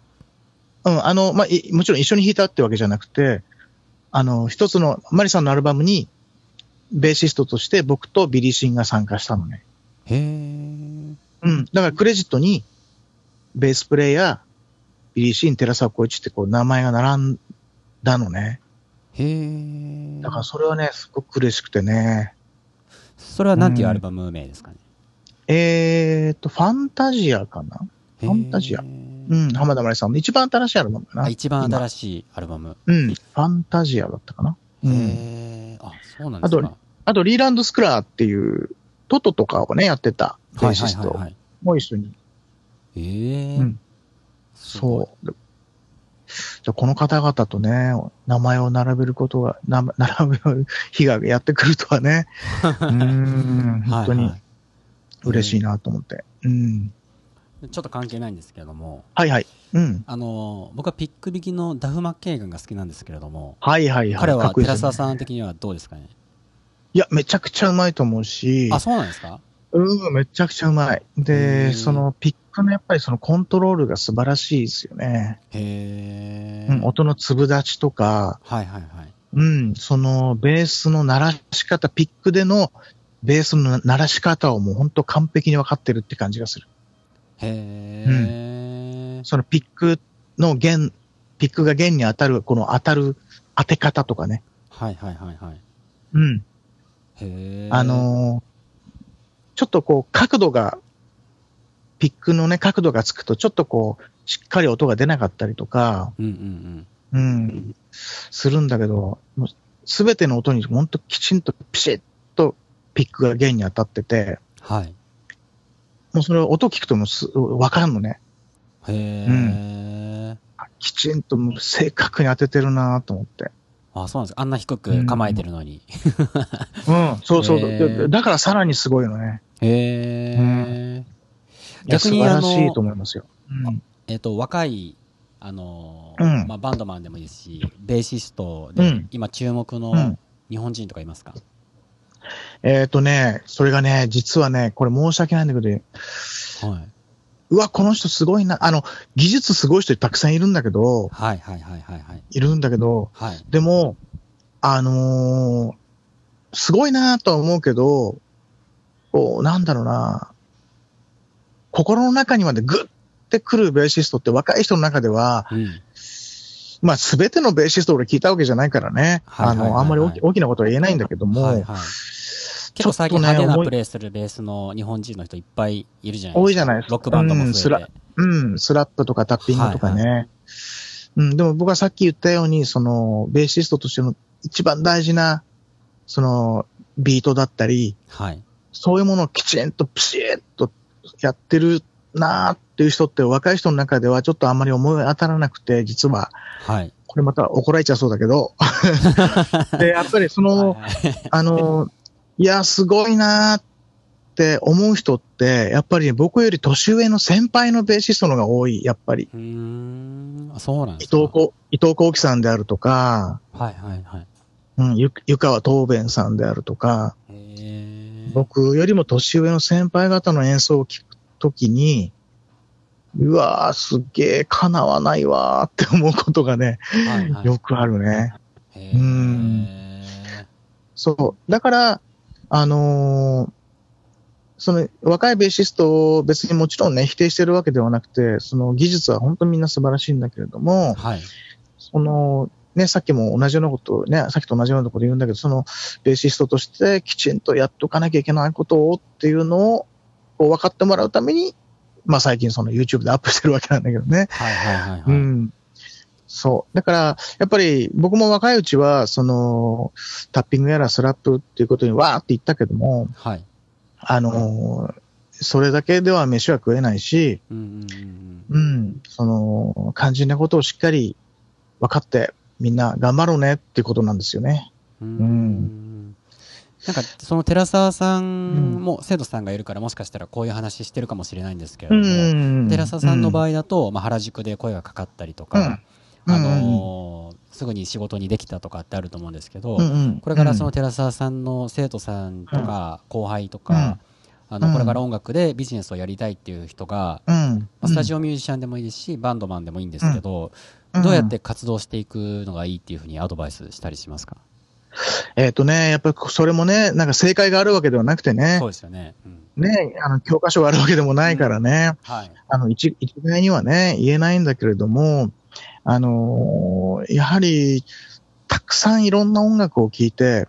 [SPEAKER 2] うん、あの、まあ、いもちろん一緒に弾いたってわけじゃなくて、あの、一つの、マリさんのアルバムに、ベーシストとして僕とビリー・シンが参加したのね。
[SPEAKER 1] へー。
[SPEAKER 2] うん。だからクレジットに、ベースプレイヤー、ビリー・シン、寺沢光一ってこう名前が並んだのね。
[SPEAKER 1] へー。
[SPEAKER 2] だからそれはね、すごく嬉しくてね。
[SPEAKER 1] それはなんていうアルバム名ですかね。
[SPEAKER 2] えーっと、ファンタジアかな
[SPEAKER 1] へー
[SPEAKER 2] ファンタジアうん、浜田まりさんの一番新しいアルバムかな
[SPEAKER 1] あ。一番新しいアルバム。
[SPEAKER 2] うん、ファンタジアだったかな。うん。
[SPEAKER 1] へー。あ、そうなんです
[SPEAKER 2] あ
[SPEAKER 1] か。
[SPEAKER 2] あと、リーランド・スクラーっていう、トトとかをね、やってた、ベ
[SPEAKER 1] は
[SPEAKER 2] ー
[SPEAKER 1] いは
[SPEAKER 2] シ
[SPEAKER 1] い
[SPEAKER 2] スト
[SPEAKER 1] はいはい。
[SPEAKER 2] もう一緒に。
[SPEAKER 1] えー。
[SPEAKER 2] うん
[SPEAKER 1] すごい。
[SPEAKER 2] そう。でじゃあこの方々とね、名前を並べることが、な 並べる日がやってくるとはね、うーん本当
[SPEAKER 1] はい
[SPEAKER 2] に
[SPEAKER 1] は
[SPEAKER 2] 嬉しいなと思って。うん。
[SPEAKER 1] いちょっと関係ないんですけれども、
[SPEAKER 2] はいはい。うん。
[SPEAKER 1] あのー僕はピック引きのダフ・マッケイガンが好きなんですけれども、
[SPEAKER 2] はいはいはい。
[SPEAKER 1] 彼
[SPEAKER 2] か
[SPEAKER 1] は
[SPEAKER 2] っこいいで
[SPEAKER 1] 寺
[SPEAKER 2] す
[SPEAKER 1] 澤
[SPEAKER 2] ね
[SPEAKER 1] さん的にはどうですかね
[SPEAKER 2] いや、めちゃくちゃうまいと思うし。
[SPEAKER 1] あ、そうなんですか
[SPEAKER 2] うん、めちゃくちゃうまい。
[SPEAKER 1] う
[SPEAKER 2] で、
[SPEAKER 1] ん
[SPEAKER 2] そのピックのやっぱりそのコントロールが素晴らしいですよね。
[SPEAKER 1] へ
[SPEAKER 2] うん、
[SPEAKER 1] ー。
[SPEAKER 2] 音の粒立ちとか、
[SPEAKER 1] はいはいはい。
[SPEAKER 2] うん、そのベースの鳴らし方、ピックでのベースの鳴らし方をもう本当完璧に分かってるって感じがする。
[SPEAKER 1] へー。
[SPEAKER 2] そのピックの弦、ピックが弦に当たる、この当たる当て方とかね。
[SPEAKER 1] はいはいはいはい。
[SPEAKER 2] うん、
[SPEAKER 1] へー。
[SPEAKER 2] あのーちょっとこう角度が、ピックのね、角度がつくとちょっとこう、しっかり音が出なかったりとか、
[SPEAKER 1] うんうんうん。
[SPEAKER 2] うん、するんだけど、すべての音に本当きちんとピシッとピックが弦に当たってて、
[SPEAKER 1] はい。
[SPEAKER 2] もうそれ音聞くともうすわかんのね。
[SPEAKER 1] へー。
[SPEAKER 2] あきちんともう正確に当ててるなと思って。
[SPEAKER 1] あ、そうなんですか。あんな低く構えてるのに。
[SPEAKER 2] うん、そうそう。
[SPEAKER 1] へー
[SPEAKER 2] だだからさらにすごいのね。
[SPEAKER 1] へー。
[SPEAKER 2] いや
[SPEAKER 1] 逆に
[SPEAKER 2] 素晴
[SPEAKER 1] あ
[SPEAKER 2] らしいと
[SPEAKER 1] の、
[SPEAKER 2] 思いますよ。うん、
[SPEAKER 1] えっと、若い、あの
[SPEAKER 2] う
[SPEAKER 1] ー、
[SPEAKER 2] ん
[SPEAKER 1] まあバンドマンでもいいですし、ベーシスト
[SPEAKER 2] う
[SPEAKER 1] で
[SPEAKER 2] ん
[SPEAKER 1] 今注目
[SPEAKER 2] う
[SPEAKER 1] の
[SPEAKER 2] ん
[SPEAKER 1] 日本人とかいますか
[SPEAKER 2] えっ、とね、それがね、実はね、これ申し訳ないんだけど、
[SPEAKER 1] はい。
[SPEAKER 2] うわ、この人すごいな。あの、技術すごい人たくさんいるんだけど、
[SPEAKER 1] はいはいはいはいはい。
[SPEAKER 2] いるんだけど、
[SPEAKER 1] はい。
[SPEAKER 2] でも、あのーすごいなとは思うけど、こう、なんだろうな心の中にまでグッてくるベーシストって若い人の中では、
[SPEAKER 1] うん。
[SPEAKER 2] まあ全てのベーシスト俺聞いたわけじゃないからね、
[SPEAKER 1] はいはいはいはい
[SPEAKER 2] あの、あんまり大き大きなことは言えないんだけども、
[SPEAKER 1] はいはい、結構最近
[SPEAKER 2] ちょっとね
[SPEAKER 1] 派手な
[SPEAKER 2] 思い
[SPEAKER 1] プレイするベースの日本人の人いっぱいいるじゃないですか。
[SPEAKER 2] 多いじゃないですか
[SPEAKER 1] ロックバンドも
[SPEAKER 2] うんス
[SPEAKER 1] 増えて
[SPEAKER 2] ラ。うん、スラップとかタッピングとかね。うん、でも僕はさっき言ったように、その、ベーシストとしての一番大事な、その、ビートだったり、
[SPEAKER 1] はい。
[SPEAKER 2] そういうものをきちんとピシッとやってるなーっていう人って若い人の中ではちょっとあんまり思い当たらなくて、実は、
[SPEAKER 1] はい。
[SPEAKER 2] これまた怒られちゃそうだけど、で、やっぱりその、あの、いや、すごいなーって思う人って、やっぱり僕より年上の先輩のベーシストの方が多い、やっぱり。
[SPEAKER 1] うーん、あそうなんで
[SPEAKER 2] 伊
[SPEAKER 1] すか。
[SPEAKER 2] 藤こ伊藤幸喜さんであるとか、
[SPEAKER 1] はいはいはい。
[SPEAKER 2] うん、ゆ湯川東弁さんであるとか、
[SPEAKER 1] へえ。
[SPEAKER 2] 僕よりも年上の先輩方の演奏を聞くときに、うわー、すっげー、叶わないわーって思うことがね、
[SPEAKER 1] はいはい、
[SPEAKER 2] よくあるね。
[SPEAKER 1] へ
[SPEAKER 2] う
[SPEAKER 1] え。
[SPEAKER 2] そう。だから、あのーその若いベーシストを別にもちろんね、否定してるわけではなくて、その技術は本当にみんな素晴らしいんだけれども、
[SPEAKER 1] はい。
[SPEAKER 2] その、ね、さっきも同じようなことをね、さっきと同じようなところで言うんだけど、その、ベーシストとしてきちんとやっとかなきゃいけないことをっていうのを、こう分かってもらうために、まあ最近その YouTube でアップしてるわけなんだけどね。
[SPEAKER 1] はいはいはいはい。
[SPEAKER 2] うん。そう。だから、やっぱり僕も若いうちは、その、タッピングやらスラップっていうことにわーって言ったけども、
[SPEAKER 1] はい。
[SPEAKER 2] あのーそれだけでは飯は食えないし、
[SPEAKER 1] うんうんうんうん。
[SPEAKER 2] うん、その、肝心なことをしっかり分かって、みんな頑張ろうねっていうことなんですよね。
[SPEAKER 1] うー
[SPEAKER 2] うん
[SPEAKER 1] なんかその寺澤さんも生徒さんがいるからもしかしたらこういう話してるかもしれないんですけれども、寺澤さんの場
[SPEAKER 2] 合、
[SPEAKER 1] 合だと、まあ、原宿で声がかかったりと
[SPEAKER 2] うん
[SPEAKER 1] か、あのーすぐに仕事にできたとかってあると思うんですけど、これからその寺澤さんの生徒さんとか後輩とか、あ
[SPEAKER 2] う
[SPEAKER 1] の
[SPEAKER 2] ん
[SPEAKER 1] これから音楽でビジネスをやりたいっていう人が、まあ、スタジオミュージシャンでもいいですしバンドマンでもいいんですけど、どうやって活動していくのがいいっていうふうにアドバイスしたりしますか、
[SPEAKER 2] えっ、とね、やっぱりそれもね、なんか正解があるわけではなくてね
[SPEAKER 1] そう、ですよね。うん
[SPEAKER 2] ね、あの、教科書があるわけでもないからね、
[SPEAKER 1] はい。
[SPEAKER 2] あの、一一概にはね、言えないんだけれども、あのーやはり、たくさんいろんな音楽を聴いて、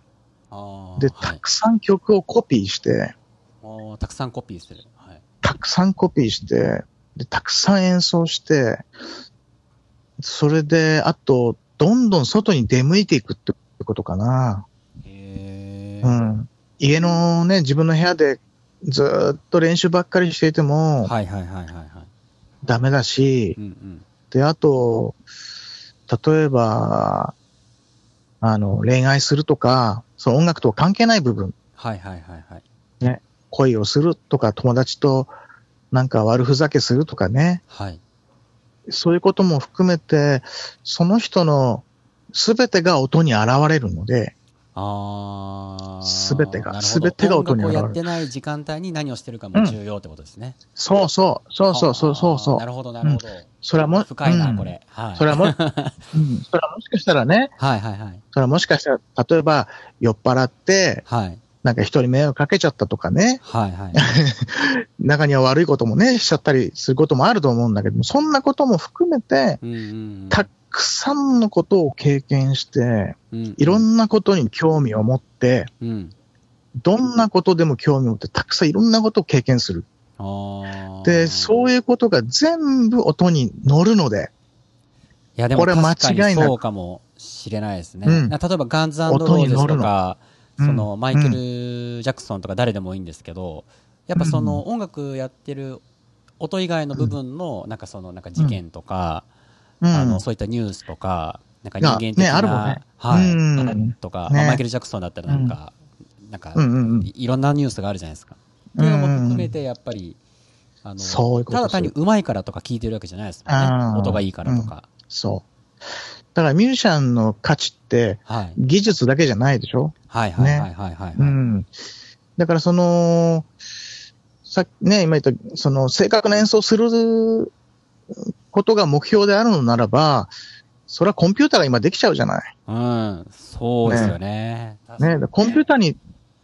[SPEAKER 1] あー
[SPEAKER 2] で、
[SPEAKER 1] は
[SPEAKER 2] た
[SPEAKER 1] い
[SPEAKER 2] くさん曲をコピーして、
[SPEAKER 1] おーたくさんコピーする。はい。
[SPEAKER 2] たくさんコピーして、で、たくさん演奏して、それで、あと、どんどん外に出向いていくってことかな。
[SPEAKER 1] へ
[SPEAKER 2] う
[SPEAKER 1] ー
[SPEAKER 2] ん。家のね、自分の部屋でずーっと練習ばっかりしていても
[SPEAKER 1] はいはいはいはいはい。
[SPEAKER 2] ダメだし
[SPEAKER 1] う、んうん。
[SPEAKER 2] で、あと、例えば、あの、恋愛するとか、その音楽とは関係ない部分、
[SPEAKER 1] はいはいはいはい。
[SPEAKER 2] 恋をするとか、友達となんか悪ふざけするとかね、
[SPEAKER 1] はい。
[SPEAKER 2] そういうことも含めて、その人の全てが音に現れるので、
[SPEAKER 1] あー。
[SPEAKER 2] 全てが
[SPEAKER 1] なるほど
[SPEAKER 2] 全てが音に
[SPEAKER 1] 音楽を
[SPEAKER 2] 現れる
[SPEAKER 1] やってない時間帯に何をしてるかも重要ってことですね。
[SPEAKER 2] そうそう、そうそうそうそうそ
[SPEAKER 1] あーな
[SPEAKER 2] う。
[SPEAKER 1] るほどなるほど。
[SPEAKER 2] それはも、
[SPEAKER 1] 深いな、
[SPEAKER 2] うん
[SPEAKER 1] こ。れ。 はい。
[SPEAKER 2] それはも、うん、それはもしかしたらね、
[SPEAKER 1] はいはいはい。
[SPEAKER 2] それはもしかしたら、例えば、酔っ払って、
[SPEAKER 1] はい。
[SPEAKER 2] なんか人に迷惑かけちゃったとかね、
[SPEAKER 1] はいはい。
[SPEAKER 2] 中には悪いこともね、しちゃったりすることもあると思うんだけども、そんなことも含めて、
[SPEAKER 1] うんうん
[SPEAKER 2] たくさんのことを経験して、
[SPEAKER 1] うん。
[SPEAKER 2] いろ
[SPEAKER 1] な。
[SPEAKER 2] んなことに興味を持って、
[SPEAKER 1] うん。
[SPEAKER 2] どんなことでも興味を持って、たくさんいろんなことを経験する。
[SPEAKER 1] あー
[SPEAKER 2] で、そういうことが全部音に乗るので、
[SPEAKER 1] いや、でも
[SPEAKER 2] これ間
[SPEAKER 1] 確か
[SPEAKER 2] 違
[SPEAKER 1] に
[SPEAKER 2] いなく
[SPEAKER 1] そうかもしれないですね。
[SPEAKER 2] うん
[SPEAKER 1] な例えば、ガンズロ
[SPEAKER 2] 音
[SPEAKER 1] ー
[SPEAKER 2] に
[SPEAKER 1] ゼス
[SPEAKER 2] 乗
[SPEAKER 1] と
[SPEAKER 2] る
[SPEAKER 1] か、
[SPEAKER 2] うん
[SPEAKER 1] そのマイケル・ジャクソンとか誰でもいいんですけど、やっぱその音楽やってる音以外の部分の、なんかその、なんか事件とか、
[SPEAKER 2] うん、
[SPEAKER 1] あの、そういったニュースとか、なんか人間的
[SPEAKER 2] ねあるもん
[SPEAKER 1] な
[SPEAKER 2] ね、
[SPEAKER 1] はい、
[SPEAKER 2] うん
[SPEAKER 1] とか、
[SPEAKER 2] ね
[SPEAKER 1] まあマイケル・ジャクソンだったらなんか、なんか、
[SPEAKER 2] うんうんうん
[SPEAKER 1] いいろんなニュースがあるじゃないですか。って
[SPEAKER 2] うん
[SPEAKER 1] いうのも含めて、やっぱり、あの
[SPEAKER 2] そういうこと
[SPEAKER 1] ただ単に上手いからとか聞いてるわけじゃないですもん
[SPEAKER 2] あ
[SPEAKER 1] ね。
[SPEAKER 2] ー
[SPEAKER 1] 音がいいからとか。
[SPEAKER 2] そう。だからミュージシャンの価値って、
[SPEAKER 1] はい。
[SPEAKER 2] 技術だけじゃないでしょ
[SPEAKER 1] はいはいはいはいはい。
[SPEAKER 2] う
[SPEAKER 1] はい
[SPEAKER 2] ん。だからその、さっきね、今言った、その、正確な演奏することが目標であるのならば、それはコンピューターが今できちゃうじゃない。
[SPEAKER 1] うん、そうですよね。
[SPEAKER 2] ね、コンピューターに、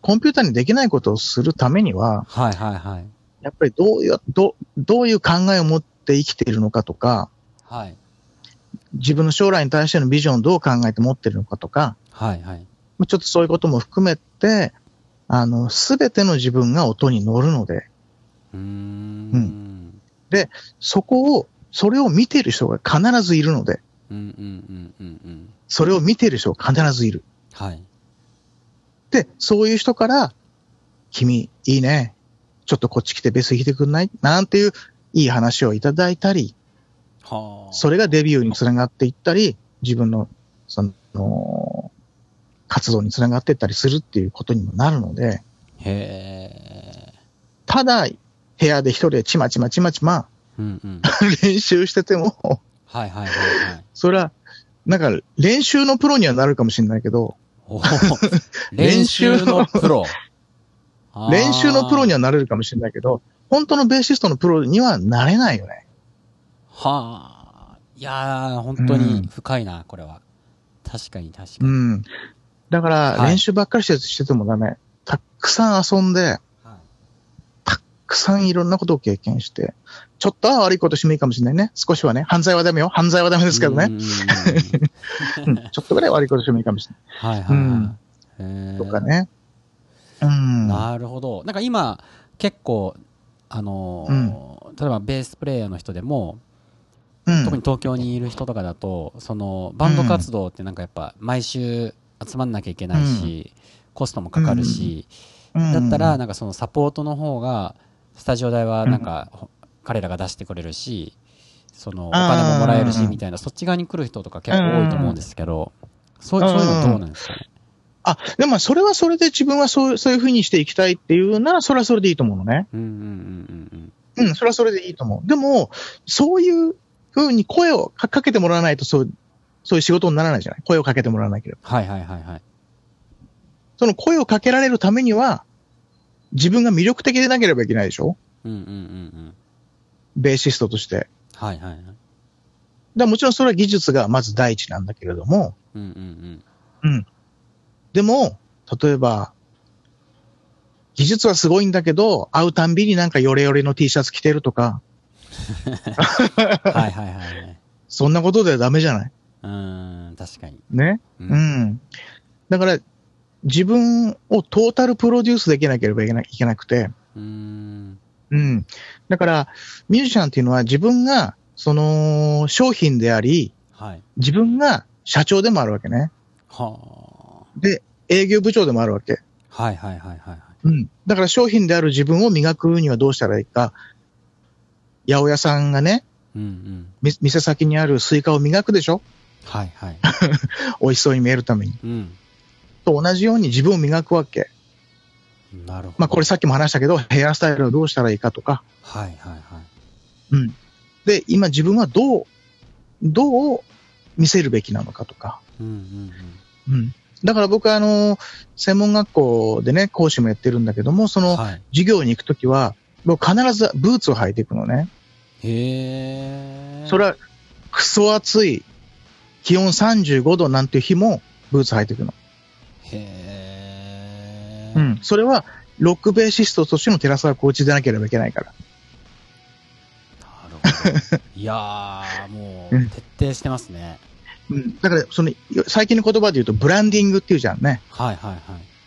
[SPEAKER 2] コンピューターにできないことをするためには、
[SPEAKER 1] はいはいはい。
[SPEAKER 2] やっぱりどういう、どどういう考えを持って生きているのかとか、
[SPEAKER 1] はい。
[SPEAKER 2] 自分の将来に対してのビジョンをどう考えて持っているのかとか、
[SPEAKER 1] はいはい。
[SPEAKER 2] まあちょっとそういうことも含めて、あの、すべての自分が音に乗るので、
[SPEAKER 1] うー。
[SPEAKER 2] うんそこを、それを見ている人が必ずいるので、
[SPEAKER 1] うんうんうんうんうん。
[SPEAKER 2] それを見ている人が必ずいる。
[SPEAKER 1] はい。
[SPEAKER 2] で、そういう人から、君、いいね。ちょっとこっち来てベース弾いてくんないなんていういい話をいただいたり、
[SPEAKER 1] はあ。
[SPEAKER 2] それがデビューにつながっていったり、自分の、その、活動につながっていったりするっていうことにもなるので、
[SPEAKER 1] へえ。
[SPEAKER 2] ただ、部屋で一人でちまちまちまちま
[SPEAKER 1] うんうん。
[SPEAKER 2] 練習してても、
[SPEAKER 1] はいはいはいはい。
[SPEAKER 2] それは、なんか練習のプロにはなるかもしれないけど、
[SPEAKER 1] おお 練習のプロ。
[SPEAKER 2] 練習のプロに
[SPEAKER 1] は。
[SPEAKER 2] はなれるかもしれないけど、本当のベーシストのプロにはなれないよね。
[SPEAKER 1] はあ。いやー、本当
[SPEAKER 2] うん
[SPEAKER 1] に深いな、これは。確かに確か
[SPEAKER 2] う
[SPEAKER 1] に。
[SPEAKER 2] ん。だから、
[SPEAKER 1] はい
[SPEAKER 2] 練習ばっかりしてしててもダメ。たっくさん遊んで、
[SPEAKER 1] はい
[SPEAKER 2] たくさんいろんなことを経験して、ちょっとは悪いことしてもいいかもしれないね。少しはね。犯罪はダメよ。犯罪はダメですけどね。。うんちょっとぐらい悪いことしてもいいかもしれない。
[SPEAKER 1] はいはいはい。へー
[SPEAKER 2] とかね。うん。
[SPEAKER 1] なるほど。なんか今、結構、あのー例えばベースプレイヤーの人でも、
[SPEAKER 2] うん
[SPEAKER 1] 特に東京にいる人とかだと、そのバンド活動ってなんかやっぱ毎週集まんなきゃいけないし、コストもかかるし、だったら、なんかそのサポートの方が、スタジオ代はなんか、ほ彼らが出してくれるし、そのお金ももらえる
[SPEAKER 2] うんうん
[SPEAKER 1] し
[SPEAKER 2] うん
[SPEAKER 1] みたいな、そっち側に来る人とか結構多いと思うんですけど、そうそういうのどうなんですかね。
[SPEAKER 2] あ、でもまあそれはそれで自分はそうそういうふうにしていきたいっていうなら、それはそれでいいと思うのね。
[SPEAKER 1] うんうんうんうん
[SPEAKER 2] うん、それはそれでいいと思う。でも、そういうふうに声をかかけてもらわないと、そう、そういう仕事にならないじゃない声をかけてもらわなければ。
[SPEAKER 1] はいはいはいはい。
[SPEAKER 2] その声をかけられるためには、自分が魅力的でなければいけないでしょ
[SPEAKER 1] うんうんうんうん。
[SPEAKER 2] ベーシストとして。だか
[SPEAKER 1] はいはいはい。
[SPEAKER 2] らもちろんそれは技術がまず第一なんだけれども、
[SPEAKER 1] うんうんうん。
[SPEAKER 2] でも、例えば、技術はすごいんだけど、会うたんびになんかヨレヨレの T シャツ着てるとか、
[SPEAKER 1] はいはいはいはい。
[SPEAKER 2] そんなことではダメじゃないう
[SPEAKER 1] ーん、確かに。
[SPEAKER 2] ね。
[SPEAKER 1] う
[SPEAKER 2] う。ん。だから、自分をトータルプロデュースできなければいけないけなくて、
[SPEAKER 1] うーん。
[SPEAKER 2] うん。だから、ミュージシャンっていうのは自分が、その、商品であり、
[SPEAKER 1] はい。
[SPEAKER 2] 自分が社長でもあるわけね。
[SPEAKER 1] は
[SPEAKER 2] で、営業部長でもあるわけ。
[SPEAKER 1] あ。はいはいはいはいはい。
[SPEAKER 2] うん。だから商品である自分を磨くにはどうしたらいいか。八百屋さんがね、
[SPEAKER 1] うんうん。
[SPEAKER 2] み店先にあるスイカを磨くでしょ
[SPEAKER 1] はいはい。
[SPEAKER 2] 美味しそうに見えるために。
[SPEAKER 1] うん。
[SPEAKER 2] と同じように自分を磨くわけ。
[SPEAKER 1] なるほど。
[SPEAKER 2] まあこれさっきも話したけど、ヘアスタイルをどうしたらいいかとか、
[SPEAKER 1] はいはいはい。
[SPEAKER 2] うん。で、今自分はどう、どう見せるべきなのかとか。
[SPEAKER 1] うんうん
[SPEAKER 2] うん。だから僕はあの、専門学校でね、講師もやってるんだけども、そ
[SPEAKER 1] うん。
[SPEAKER 2] の
[SPEAKER 1] はい。
[SPEAKER 2] 授業に行くときは、僕必ずブーツを履いていくのね。
[SPEAKER 1] へえ。
[SPEAKER 2] それは、クソ暑い、気温35度なんていう日も、ブーツ履いていくの。
[SPEAKER 1] へえ。
[SPEAKER 2] う。ん。それは、ロックベーシストとしての寺澤コーチでなければいけないから。
[SPEAKER 1] なるほど。いやー、もう
[SPEAKER 2] うん、
[SPEAKER 1] 徹底してますね。
[SPEAKER 2] うん。だから、その、最近の言葉で言うと、ブランディングっていうじゃんね。
[SPEAKER 1] はいはいはい。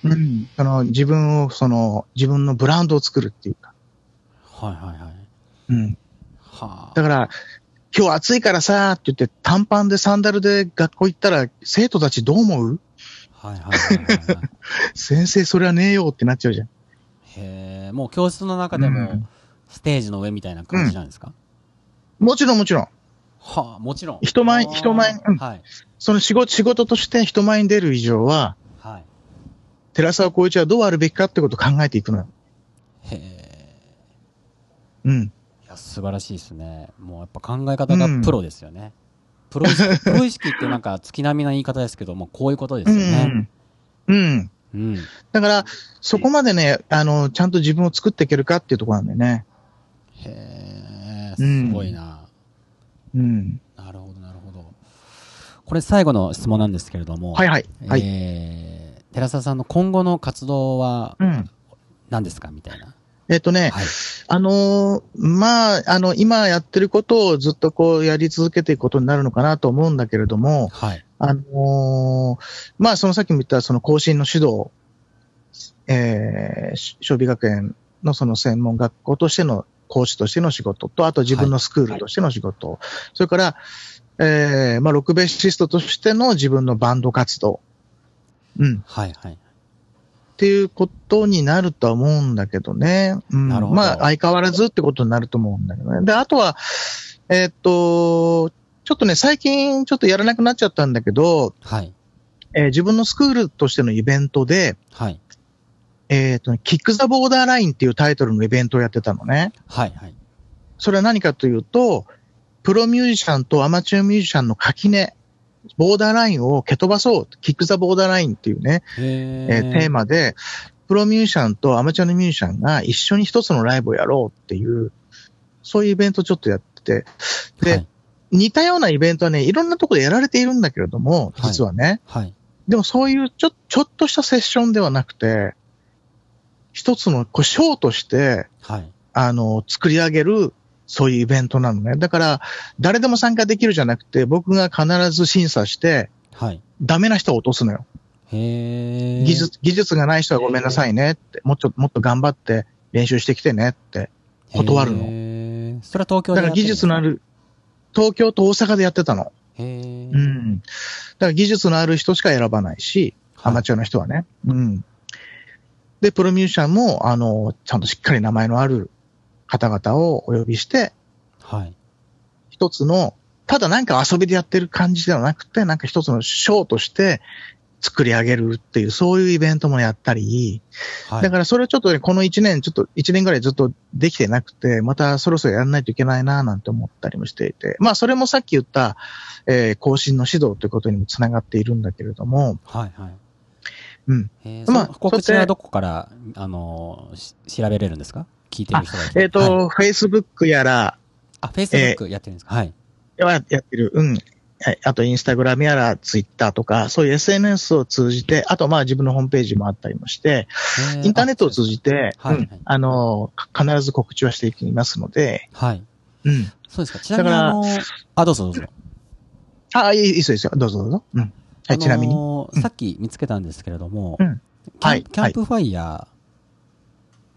[SPEAKER 2] うん、その自分を、その自分のブランドを作るっていうか。
[SPEAKER 1] はいはいはい。
[SPEAKER 2] うん、
[SPEAKER 1] はあ。
[SPEAKER 2] だから、今日暑いからさーって言って短パンでサンダルで学校行ったら生徒たちどう思う
[SPEAKER 1] はいはいはいはいはい。
[SPEAKER 2] 先生それはねえよってなっちゃうじゃん。
[SPEAKER 1] へえ。もう教室の中で
[SPEAKER 2] う
[SPEAKER 1] も
[SPEAKER 2] ん、
[SPEAKER 1] ステージの上みたいな感じなんですか
[SPEAKER 2] もちろんもちろん。
[SPEAKER 1] はあ、もちろん。
[SPEAKER 2] 人前
[SPEAKER 1] あー
[SPEAKER 2] 人前うん
[SPEAKER 1] はい。
[SPEAKER 2] その仕事、仕事として人前に出る以上は、
[SPEAKER 1] はい。
[SPEAKER 2] 寺沢光一はどうあるべきかってことを考えていくのよ。
[SPEAKER 1] へえ。
[SPEAKER 2] うん。
[SPEAKER 1] いや、素晴らしいですね。もうやっぱ考え方がプロですよね。プロ意識、 プロ意識ってなんか月並みな言い方ですけども、こういうことですよね。
[SPEAKER 2] うん。うん。
[SPEAKER 1] うん。
[SPEAKER 2] だから、そこまでね、あの、ちゃんと自分を作っていけるかっていうところなんだよね。
[SPEAKER 1] へえ、すごいな。
[SPEAKER 2] うん。
[SPEAKER 1] なるほど、なるほど。これ最後の質問なんですけれども、
[SPEAKER 2] はいはい。はい。
[SPEAKER 1] えー、寺澤さんの今後の活動は
[SPEAKER 2] うん。
[SPEAKER 1] 何ですかみたいな。
[SPEAKER 2] えっとね、
[SPEAKER 1] はい。
[SPEAKER 2] あのーまあ、あの、今やってることをずっとこうやり続けていくことになるのかなと思うんだけれども、
[SPEAKER 1] はい。
[SPEAKER 2] あのーまあ、そのさっきも言ったその更新の指導、えー、し小美学園のその専門学校としての講師としての仕事と、あと自分のスクールとしての仕事、それから、えー、まあ、ロックベーシストとしての自分のバンド活動、うん。
[SPEAKER 1] はい、はい。
[SPEAKER 2] っていうことになるとは思うんだけどね。うん、
[SPEAKER 1] なるほど
[SPEAKER 2] まあ、相変わらずってことになると思うんだけどね。で、あとは、えーっと、ちょっとね、最近ちょっとやらなくなっちゃったんだけど、
[SPEAKER 1] はい。
[SPEAKER 2] えー自分のスクールとしてのイベントで、
[SPEAKER 1] はい。
[SPEAKER 2] えーっとね、キックザボーダーラインっていうタイトルのイベントをやってたのね。
[SPEAKER 1] はい。はい。
[SPEAKER 2] それは何かというと、プロミュージシャンとアマチュアミュージシャンの垣根、ボーダーラインを蹴飛ばそう、キックザボーダーラインっていうね、
[SPEAKER 1] へ
[SPEAKER 2] えーテーマで、プロミュージシャンとアマチュアのミュージシャンが一緒に一つのライブをやろうっていう、そういうイベントをちょっとやってて、で
[SPEAKER 1] はい。
[SPEAKER 2] 似たようなイベントはね、いろんなところでやられているんだけれども、
[SPEAKER 1] はい
[SPEAKER 2] 実はね、
[SPEAKER 1] はい。
[SPEAKER 2] でもそういうちょちょっとしたセッションではなくて、一つのこうショーとして、
[SPEAKER 1] はい。
[SPEAKER 2] あの、作り上げる、そういうイベントなのね。だから、誰でも参加できるじゃなくて、僕が必ず審査して、
[SPEAKER 1] はい。
[SPEAKER 2] ダメな人を落とすのよ。
[SPEAKER 1] へえ。
[SPEAKER 2] 技術、技術がない人はごめんなさいねって、もっと、もっと頑張って練習してきてねって。断るの
[SPEAKER 1] の。それは東京で
[SPEAKER 2] だから技術のあ
[SPEAKER 1] る。
[SPEAKER 2] る、東京と大阪でやってたの。
[SPEAKER 1] へえ。
[SPEAKER 2] う。ん。だから技術のある人しか選ばないし、アマ
[SPEAKER 1] はい。
[SPEAKER 2] チュアの人はね。うん。で、プロミュージシャンも、あの、ちゃんとしっかり名前のある方々をお呼びして、
[SPEAKER 1] はい。
[SPEAKER 2] 一つの、ただなんか遊びでやってる感じではなくて、なんか一つのショーとして作り上げるっていう、そういうイベントもやったり、
[SPEAKER 1] はい。
[SPEAKER 2] だからそれをちょっとね、この1年、ちょっと1年ぐらいずっとできてなくて、またそろそろやらないといけないななんて思ったりもしていて、まあそれもさっき言った、えー更新の指導ということにもつながっているんだけれども、
[SPEAKER 1] はい。はい。
[SPEAKER 2] うん
[SPEAKER 1] へえ。
[SPEAKER 2] まあ
[SPEAKER 1] その告知
[SPEAKER 2] それで
[SPEAKER 1] はどこから、あのー、し調べれるんですか聞いてる人がいたら
[SPEAKER 2] えっ、と、
[SPEAKER 1] はい
[SPEAKER 2] Facebook やら、
[SPEAKER 1] あ、Facebook やってるんですかはい。
[SPEAKER 2] はやってる、うん。はいあと、インスタグラムやら、ツイッターとか、そういう SNS を通じて、あと、まあ、自分のホームページもあったりもして、
[SPEAKER 1] へ
[SPEAKER 2] インターネットを通
[SPEAKER 1] て。
[SPEAKER 2] じて、
[SPEAKER 1] はい
[SPEAKER 2] うんあの、か必ず告知はしていきますので、
[SPEAKER 1] はい。
[SPEAKER 2] うん。
[SPEAKER 1] そうですか。ちなみに、
[SPEAKER 2] だから
[SPEAKER 1] あのー、あ、どうぞどうぞ。
[SPEAKER 2] あ、いいいいですよ、いいですよ。どうぞどうぞ。うん。
[SPEAKER 1] あ
[SPEAKER 2] はい、
[SPEAKER 1] のー
[SPEAKER 2] ちなみに。うん
[SPEAKER 1] さっき見つけたんですけれども、
[SPEAKER 2] うん
[SPEAKER 1] キャン
[SPEAKER 2] はい
[SPEAKER 1] キャンプファイヤ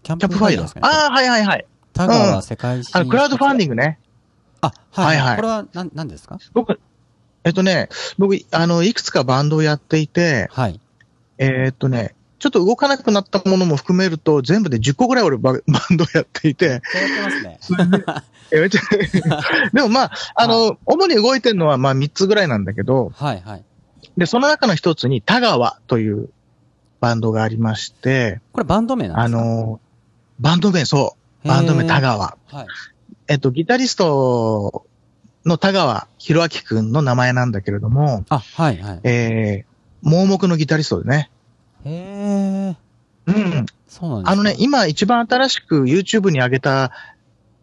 [SPEAKER 1] ー、キャン
[SPEAKER 2] キャップファイヤ
[SPEAKER 1] です
[SPEAKER 2] ー
[SPEAKER 1] か。ね。
[SPEAKER 2] ああ、はいはいはい。
[SPEAKER 1] 田川世界史。
[SPEAKER 2] あの、クラウドファンデ
[SPEAKER 1] ィング。
[SPEAKER 2] ィングね。
[SPEAKER 1] あ、はい、
[SPEAKER 2] はいはい
[SPEAKER 1] これは何、何ですか
[SPEAKER 2] 僕、えっとね、僕、あの、いくつかバンドをやっていて、
[SPEAKER 1] はい。
[SPEAKER 2] えーっとね、ちょっと動かなくなったものも含めると、全部で10個ぐらい俺バ バンドをやっていて、
[SPEAKER 1] そうやってますね。
[SPEAKER 2] え めっちゃでもまあ、あの、主に動いてるのはまあ3つぐらいなんだけど、
[SPEAKER 1] はい、はい。
[SPEAKER 2] で、その中の一つに田川というバンドがありまして、
[SPEAKER 1] これバンド名な
[SPEAKER 2] あ
[SPEAKER 1] んですか
[SPEAKER 2] の、バンド名、そう、バンド名田。川。
[SPEAKER 1] へーはい。
[SPEAKER 2] えっと、ギタリストの田川博明くんの名前なんだけれども、
[SPEAKER 1] あ、はい、はい。
[SPEAKER 2] えー、盲目のギタリストでね。
[SPEAKER 1] へえ。
[SPEAKER 2] うん。
[SPEAKER 1] そうなんですか
[SPEAKER 2] あのね、今一番新しく YouTube に上げた、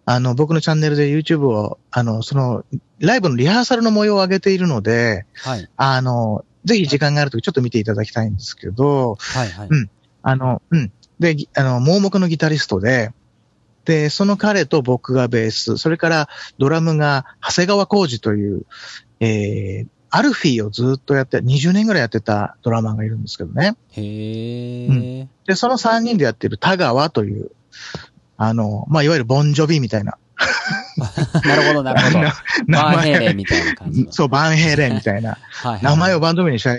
[SPEAKER 2] あの、僕のチャンネルで YouTube を、あの、その、ライブのリハーサルの模様を上げているので、
[SPEAKER 1] はい、
[SPEAKER 2] あの、ぜひ時間があるときちょっと見ていただきたいんですけど、
[SPEAKER 1] はい、はい。
[SPEAKER 2] うんあの、うん。で、ぎあの、盲目のギタリストで、で、その彼と僕がベース、それからドラムが長谷川浩二という、えー、アルフィーをずっとやって、20年ぐらいやってたドラマーがいるんですけどね。
[SPEAKER 1] へえ。
[SPEAKER 2] で、その3人でやってる田川という、あの、まあ、いわゆるボンジョビみたいな。
[SPEAKER 1] なるほど、なるほど。バーヘーレンみたいな感じの。
[SPEAKER 2] そう、バンヘイレンみたいな。
[SPEAKER 1] はいはい
[SPEAKER 2] 名前をバンド名にしない。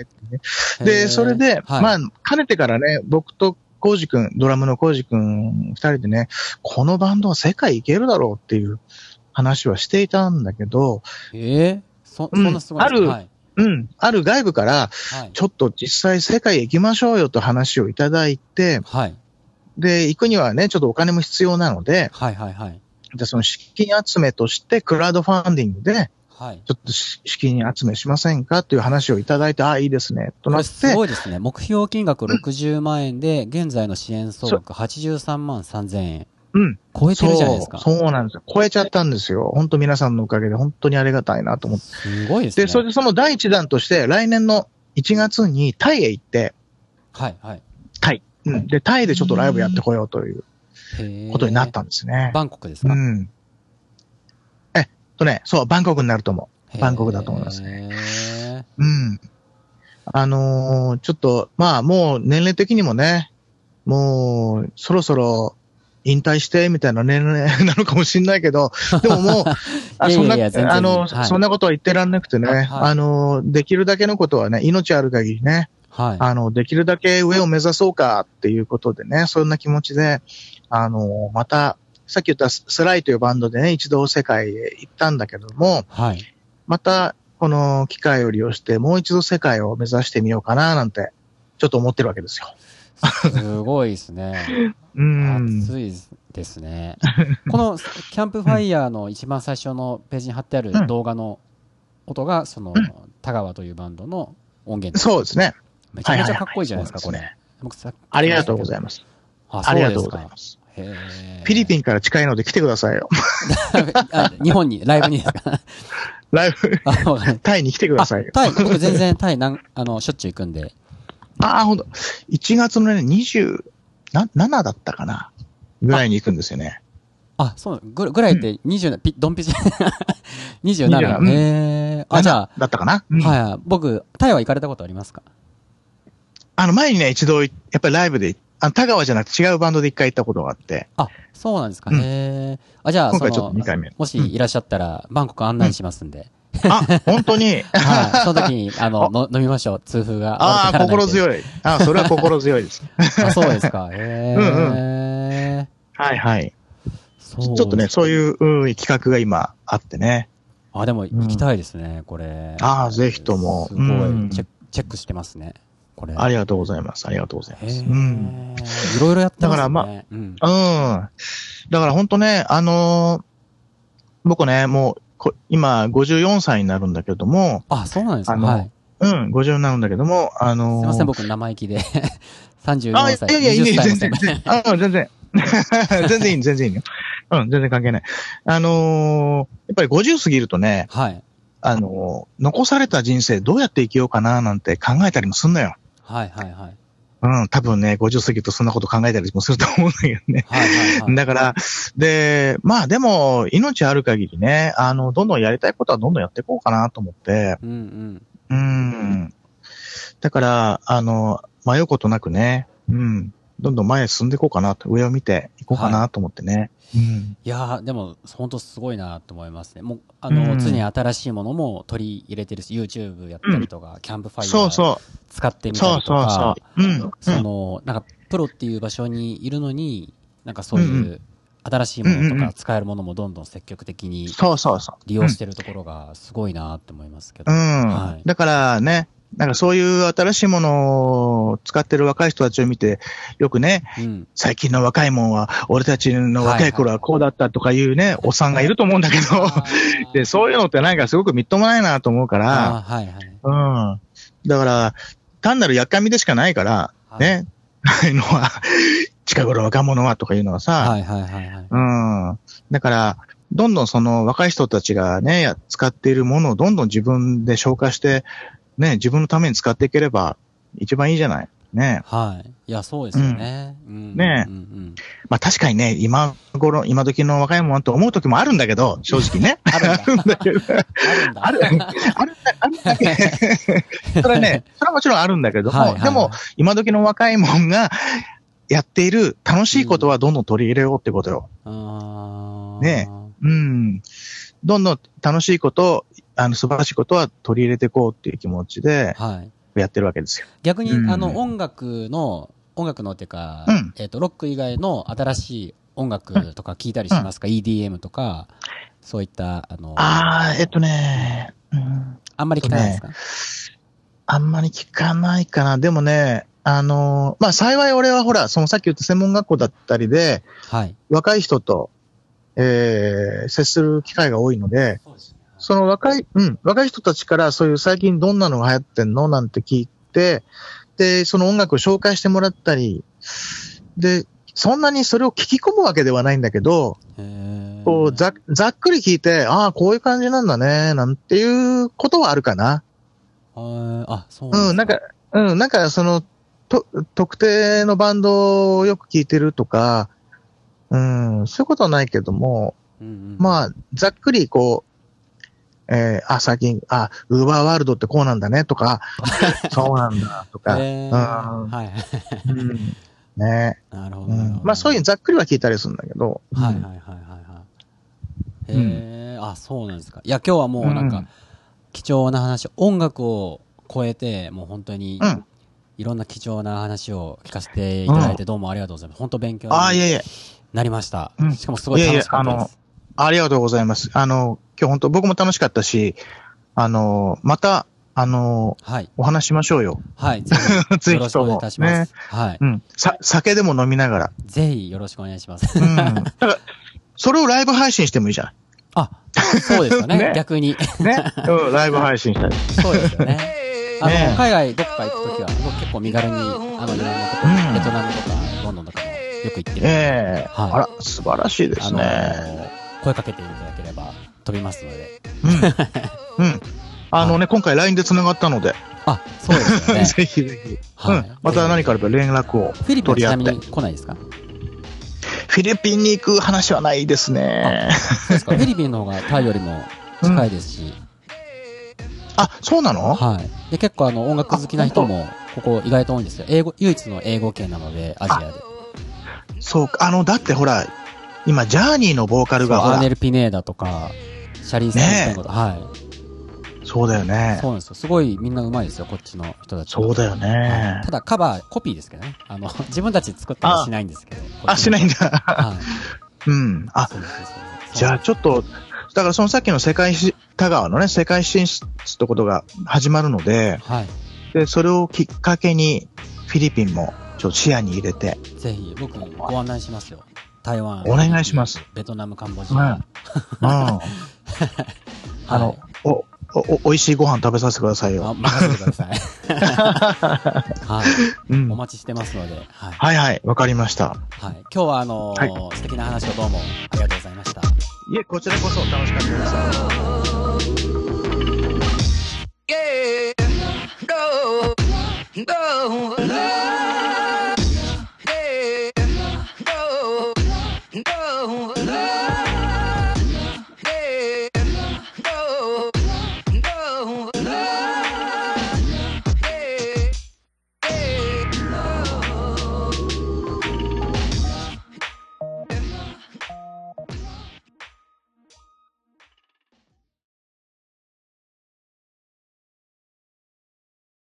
[SPEAKER 1] へ
[SPEAKER 2] で、
[SPEAKER 1] ー
[SPEAKER 2] それで、
[SPEAKER 1] はい
[SPEAKER 2] まあ、かねてからね、僕と浩二くん、ドラムの浩二くん、二人でね、このバンドは世界いけるだろうっていう話はしていたんだけど、
[SPEAKER 1] ええそ、そ
[SPEAKER 2] うん
[SPEAKER 1] んなすごいんですか
[SPEAKER 2] ある
[SPEAKER 1] はい。
[SPEAKER 2] うん、ある外部か
[SPEAKER 1] は
[SPEAKER 2] ら、
[SPEAKER 1] い。
[SPEAKER 2] ちょっと実際世界へ行きましょうよと話をいただいて、
[SPEAKER 1] はい。
[SPEAKER 2] で、行くにはね、ちょっとお金も必要なので、
[SPEAKER 1] はい、はい、はい。
[SPEAKER 2] で、その資金集めとして、クラウドファンディングで、
[SPEAKER 1] はい。
[SPEAKER 2] ちょっと資金集めしませんかという話をいただいて、ああ、いいですね、
[SPEAKER 1] こ
[SPEAKER 2] とな
[SPEAKER 1] れ
[SPEAKER 2] っ
[SPEAKER 1] す
[SPEAKER 2] て、
[SPEAKER 1] ごいですね。目標金額60万円で、現在の支援総額83万3000円。
[SPEAKER 2] うん、
[SPEAKER 1] 超えてるじゃないですか。
[SPEAKER 2] そう、そうなんですよ。超えちゃったんですよ。本当皆さんのおかげで本当にありがたいなと思って。
[SPEAKER 1] すごいですね。
[SPEAKER 2] で、それでその第一弾として、来年の1月にタイへ行って、
[SPEAKER 1] はい、はい。
[SPEAKER 2] うん、で、タイでちょっとライブやってこようという
[SPEAKER 1] へえ
[SPEAKER 2] ことになっ。たんですね。
[SPEAKER 1] バンコクです
[SPEAKER 2] う
[SPEAKER 1] か
[SPEAKER 2] ん。えっとね、そう、バンコクになると思バンコクだと思います
[SPEAKER 1] ね。
[SPEAKER 2] う。うん。あのーちょっと、まあもう年齢的にもね、もうそろそろ引退してみたいな年齢なのかもしれない けど、でももう、あ
[SPEAKER 1] いや
[SPEAKER 2] そん
[SPEAKER 1] いや
[SPEAKER 2] な、
[SPEAKER 1] いや全然
[SPEAKER 2] あ
[SPEAKER 1] は
[SPEAKER 2] の、
[SPEAKER 1] い
[SPEAKER 2] そんなことは言ってらんなくてね、
[SPEAKER 1] はい
[SPEAKER 2] あの、できるだけのことはね、命ある限りね、
[SPEAKER 1] はい。
[SPEAKER 2] あの、できるだけ上を目指そうかっていうことでね、そんな気持ちで、あの、また、さっき言ったススライというバンドでね、一度世界へ行ったんだけども、
[SPEAKER 1] はい。
[SPEAKER 2] また、この機会を利用して、もう一度世界を目指してみようかな、なんて、ちょっと思ってるわけですよ。
[SPEAKER 1] すごいですね。
[SPEAKER 2] うん。
[SPEAKER 1] 暑いですね。このキャンプファイヤーの一番最初のページに貼ってある
[SPEAKER 2] うん
[SPEAKER 1] 動画の音が、その
[SPEAKER 2] うん、
[SPEAKER 1] 田川というバンドの音源
[SPEAKER 2] そうですね。
[SPEAKER 1] めちゃめちゃかっこいいじゃないですか、
[SPEAKER 2] はいはいは
[SPEAKER 1] これ。僕さっき
[SPEAKER 2] ありがとうございます。
[SPEAKER 1] あ。
[SPEAKER 2] ありがとうございますす。
[SPEAKER 1] フ
[SPEAKER 2] フィリピ
[SPEAKER 1] ン。
[SPEAKER 2] ンから近いので来てくださいよ。
[SPEAKER 1] あ日本に、ライブにですか
[SPEAKER 2] ライブ、
[SPEAKER 1] あ、わか んない
[SPEAKER 2] タイに来てくださいよ。
[SPEAKER 1] タイ、僕全然タイなん、あの、しょっちゅう行くんで。
[SPEAKER 2] ああ、ほんと。1月のね、27だったかな。ぐらいに行くんですよね。
[SPEAKER 1] あ、そう、ぐぐらいって20、ピドン ピシ、27。
[SPEAKER 2] うん
[SPEAKER 1] へえ。あ、じゃあ、
[SPEAKER 2] だったかな、うん
[SPEAKER 1] はい。僕、タイは行かれたことありますか
[SPEAKER 2] あの、前にね、一度、やっぱりライブで、あの、田川じゃなくて違うバンドで一回行ったことが あって、
[SPEAKER 1] あ、そうなんですか。
[SPEAKER 2] う
[SPEAKER 1] へ
[SPEAKER 2] ん
[SPEAKER 1] え。あ、じゃあ、
[SPEAKER 2] 今
[SPEAKER 1] そ
[SPEAKER 2] 回ちょっと2
[SPEAKER 1] の、
[SPEAKER 2] 回目。
[SPEAKER 1] もしいらっしゃったら、バンコク案内しますんで。
[SPEAKER 2] あ、本当に
[SPEAKER 1] はい。その時に、あの、の飲みましょう。痛風が。
[SPEAKER 2] ああ、心
[SPEAKER 1] い。
[SPEAKER 2] 強い。ああ、それは心強いです。
[SPEAKER 1] あ、そうですか。へえ。
[SPEAKER 2] はいはい。
[SPEAKER 1] そう
[SPEAKER 2] ちょっとね、そういううん企画が今あってね。
[SPEAKER 1] あ、でも行きたいですね、これ。
[SPEAKER 2] あーぜひとも
[SPEAKER 1] すごい
[SPEAKER 2] うん
[SPEAKER 1] チェック。チェックしてますね、これ。
[SPEAKER 2] ありがとうございます。ありがとうござい
[SPEAKER 1] へ
[SPEAKER 2] ます。
[SPEAKER 1] え
[SPEAKER 2] うん。
[SPEAKER 1] いろいろやってますね。
[SPEAKER 2] だからまあ
[SPEAKER 1] うん。
[SPEAKER 2] うん。だから本当ね、あのー僕ね、もうこ、今54歳になるんだけども、
[SPEAKER 1] あ、そうなんですか。
[SPEAKER 2] あの
[SPEAKER 1] はい。
[SPEAKER 2] うん、50になるんだけども、あのー
[SPEAKER 1] すいません、僕生意気で。34
[SPEAKER 2] あ、い
[SPEAKER 1] 歳。
[SPEAKER 2] やいや、いいね、
[SPEAKER 1] 20歳の
[SPEAKER 2] 全然、全然。あうん全然。 全然いい、全然いいよ。うん、全然関係ない。あのーやっぱり50過ぎるとね、
[SPEAKER 1] はい。
[SPEAKER 2] あのー残された人生どうやって生きようかななんて考えたりもすんのよ。
[SPEAKER 1] はいはいはい。
[SPEAKER 2] うん、多分ね、50過ぎるとそんなこと考えたりもすると思うんだけどね。
[SPEAKER 1] はいはいはい。
[SPEAKER 2] だから、で、まあでも、命ある限りね、あの、どんどんやりたいことはどんどんやっていこうかなと思って、
[SPEAKER 1] うんうん。
[SPEAKER 2] うん。だから、あの、迷うことなくね、うん、どんどん前へ進んでいこうかなと、上を見ていこうかなと思ってね。うん。
[SPEAKER 1] いやー、でも、本当すごいなと思いますね。もう、あの、
[SPEAKER 2] うん
[SPEAKER 1] 常に新しいものも取り入れてるし、YouTube やったりとか、キャンプファイヤ
[SPEAKER 2] そう
[SPEAKER 1] ー
[SPEAKER 2] そ
[SPEAKER 1] 使って
[SPEAKER 2] う、
[SPEAKER 1] みた
[SPEAKER 2] そう
[SPEAKER 1] りと
[SPEAKER 2] そうそ
[SPEAKER 1] か、
[SPEAKER 2] う。うん。
[SPEAKER 1] その、なんか、プロっていう場所にいるのに、なんかそういうう新しいもの
[SPEAKER 2] う
[SPEAKER 1] と
[SPEAKER 2] んうんう
[SPEAKER 1] か、使えるものもどんどん積極的に
[SPEAKER 2] そうそうそう。
[SPEAKER 1] 利用してるところがすごいなって思いますけ
[SPEAKER 2] う
[SPEAKER 1] ど。
[SPEAKER 2] ん。
[SPEAKER 1] はい
[SPEAKER 2] だからね、なんかそういう新しいものを使ってる若い人たちを見て、よくね、
[SPEAKER 1] うん。
[SPEAKER 2] 最近の若いもんは、俺たちの若い頃はこうだったとかいうね、おっさんがいると思うんだけど、 で、そういうのってなんかすごくみっともないなと思うか
[SPEAKER 1] あー
[SPEAKER 2] ら、
[SPEAKER 1] はいはい。
[SPEAKER 2] うん。だから、単なるやっかみでしかないから、
[SPEAKER 1] はい
[SPEAKER 2] ね、 あのは、近頃若者はとかいうのはさ、
[SPEAKER 1] はいはいはいはい。
[SPEAKER 2] うん。だから、どんどんその若い人たちがね、や使っているものをどんどん自分で消化して、ね、自分のために使っていければ一番いいじゃない。ね。
[SPEAKER 1] はい。いや、そうですよね。うん
[SPEAKER 2] ねえ
[SPEAKER 1] うんうん
[SPEAKER 2] まあ確かにね、今頃、今時の若いもんと思う時もあるんだけど、正直ね。
[SPEAKER 1] あるんだ
[SPEAKER 2] あるんだけど。
[SPEAKER 1] あるんだ。
[SPEAKER 2] ある、ある、あるんだけど。それ はね、それはもちろんあるんだけども、
[SPEAKER 1] はいはいはい
[SPEAKER 2] でも、今時の若いもんがやっている楽しいことはどんどん取り入れようってことよ。
[SPEAKER 1] あー
[SPEAKER 2] ねうん。どんどん楽しいこと、あの、素晴らしいことは取り入れていこうっていう気持ちで
[SPEAKER 1] はい。
[SPEAKER 2] やってるわけですよ。
[SPEAKER 1] 逆に、
[SPEAKER 2] うん
[SPEAKER 1] あの、音楽の、音楽のっていうか、
[SPEAKER 2] うん
[SPEAKER 1] えっ、と、ロック以外の新しい音楽とか聞いたりしますか、?EDM とか、そういった、あの、
[SPEAKER 2] あー、えっとね、うん、
[SPEAKER 1] あんまり聞かないですか、
[SPEAKER 2] あんまり聞かないかな。でもね、あの、まあ、幸い俺はほら、そのさっき言った専門学校だったりで、
[SPEAKER 1] はい。
[SPEAKER 2] 若い人と、えー接する機会が多いので、
[SPEAKER 1] そうですね。
[SPEAKER 2] その若い、うん、若い人たちからそういう最近どんなのが流行ってんのなんて聞いて、で、その音楽を紹介してもらったり、で、そんなにそれを聞き込むわけではないんだけど、こうざざっくり聞いて、ああ、こういう感じなんだね、なんていうことはあるかな。
[SPEAKER 1] はいあ、そう
[SPEAKER 2] うん、なんか、うん、なんかその、と、特定のバンドをよく聞いてるとか、うん、そういうことはないけども、
[SPEAKER 1] あ、
[SPEAKER 2] まあ、ざっくりこう、えーあ、最近、あ、ウーバーワールドってこうなんだね とか、そうなんだとか、
[SPEAKER 1] えー
[SPEAKER 2] うん
[SPEAKER 1] はい。
[SPEAKER 2] うんね、
[SPEAKER 1] なるほ
[SPEAKER 2] う
[SPEAKER 1] どなるほ
[SPEAKER 2] ん
[SPEAKER 1] ど。
[SPEAKER 2] まあそういうざっくりは聞いたりするんだけど、
[SPEAKER 1] はい
[SPEAKER 2] うん
[SPEAKER 1] はいはいはいはい。へえ、あ、そうなんですか。いや、今日はもうなん
[SPEAKER 2] う
[SPEAKER 1] か
[SPEAKER 2] ん、
[SPEAKER 1] 貴重な話、音楽を超えて、もう本当に
[SPEAKER 2] うん、
[SPEAKER 1] いろんな貴重な話を聞かせていただいて、どうもありがとうございます。本当勉強
[SPEAKER 2] ああ、い
[SPEAKER 1] に
[SPEAKER 2] えいえ、
[SPEAKER 1] なりました
[SPEAKER 2] う。ん
[SPEAKER 1] しかもすごい楽しかった
[SPEAKER 2] いえいえ
[SPEAKER 1] で
[SPEAKER 2] あの
[SPEAKER 1] す。
[SPEAKER 2] ありがとうございます。あの、今日本当僕も楽しかったし、あの、また、あの、
[SPEAKER 1] はい。
[SPEAKER 2] お話ししましょ うよ。
[SPEAKER 1] はい。ぜひ、
[SPEAKER 2] ぜ
[SPEAKER 1] よろ
[SPEAKER 2] ひ
[SPEAKER 1] しく
[SPEAKER 2] と
[SPEAKER 1] お願いい
[SPEAKER 2] も
[SPEAKER 1] たしま
[SPEAKER 2] ね
[SPEAKER 1] す。。はい。
[SPEAKER 2] うん。さ、酒でも飲みながら。
[SPEAKER 1] ぜひ、よろしくお願いし ます。
[SPEAKER 2] う ん。だから、それをライブ配信してもいいじゃ
[SPEAKER 1] あ、そうですよね
[SPEAKER 2] ね。
[SPEAKER 1] 逆に。
[SPEAKER 2] ん。 ね。うん、ライブ配信したり。
[SPEAKER 1] そうですよね。 あ
[SPEAKER 2] ね
[SPEAKER 1] の、海外どっか行くときは、僕結構身軽に、あの、いろんなとこ
[SPEAKER 2] うん
[SPEAKER 1] ベトナムとか、ロンドンとかもよく行ってるんで
[SPEAKER 2] ええ
[SPEAKER 1] はい
[SPEAKER 2] あら、素晴らしいで
[SPEAKER 1] あ
[SPEAKER 2] す
[SPEAKER 1] の
[SPEAKER 2] ね。
[SPEAKER 1] ー声かけていただければ飛びますので。
[SPEAKER 2] うん。うん。あのね、今回 LINE で繋がったので、
[SPEAKER 1] あ、そう ですよね。
[SPEAKER 2] ぜひぜひ。
[SPEAKER 1] はい
[SPEAKER 2] うん。また何かあれば連絡を
[SPEAKER 1] フィリピン
[SPEAKER 2] 取
[SPEAKER 1] ち
[SPEAKER 2] り合
[SPEAKER 1] な
[SPEAKER 2] っ
[SPEAKER 1] み
[SPEAKER 2] て
[SPEAKER 1] に。来ないですかそう
[SPEAKER 2] フィリピンに行く話はないですね。
[SPEAKER 1] です かフィリピンの方がタイよりも近いですし、
[SPEAKER 2] あ、そうなの
[SPEAKER 1] はい。で、結構あの、音楽好きな人も、ここ意外と多いんですよ。英語、唯一の英語圏なので、アジアで。
[SPEAKER 2] そうか。あの、だってほら、今、ジャーニーのボーカル
[SPEAKER 1] そう
[SPEAKER 2] が、ほ
[SPEAKER 1] アー
[SPEAKER 2] ら
[SPEAKER 1] ネ、ル・ピネーダとか、シャリン・スタインスタインとか、は
[SPEAKER 2] そうだよ
[SPEAKER 1] い。
[SPEAKER 2] ね
[SPEAKER 1] そ。うなんですよ。すごいみんな上手いですよ、こっちの人たちは。
[SPEAKER 2] そうだよ
[SPEAKER 1] は
[SPEAKER 2] ね
[SPEAKER 1] いた。だカバー、コピーですけどね。あの、 自分たちで作ったりはしないんですけど。
[SPEAKER 2] あ、し
[SPEAKER 1] ない。
[SPEAKER 2] ないんだ。
[SPEAKER 1] はい。
[SPEAKER 2] うん。あ、
[SPEAKER 1] そうですそうです
[SPEAKER 2] じゃあちょっと、だからそのさっきの世界し、田川のね、世界進出ってことが始まるので、
[SPEAKER 1] はい。
[SPEAKER 2] で、それをきっかけに、フィリピンも、ちょっと視野に入れて、
[SPEAKER 1] ぜひ、僕、ご案内しますよ。台湾。
[SPEAKER 2] お願いします。
[SPEAKER 1] ベトナム、カンボジア。
[SPEAKER 2] うん
[SPEAKER 1] はい
[SPEAKER 2] うん。あの、お、お、お美味しいご飯食べさせてください
[SPEAKER 1] あ
[SPEAKER 2] よ。
[SPEAKER 1] 任せてください。 はい。
[SPEAKER 2] うん。
[SPEAKER 1] お
[SPEAKER 2] は
[SPEAKER 1] 待ちしてますので、はい。
[SPEAKER 2] いはい、わかりました。
[SPEAKER 1] はい。今日は、あのー
[SPEAKER 2] は
[SPEAKER 1] 素敵な話をどうもありがとうございました。
[SPEAKER 2] いえ、こちらこそ楽しかったです。
[SPEAKER 3] Yeah, no, no, no.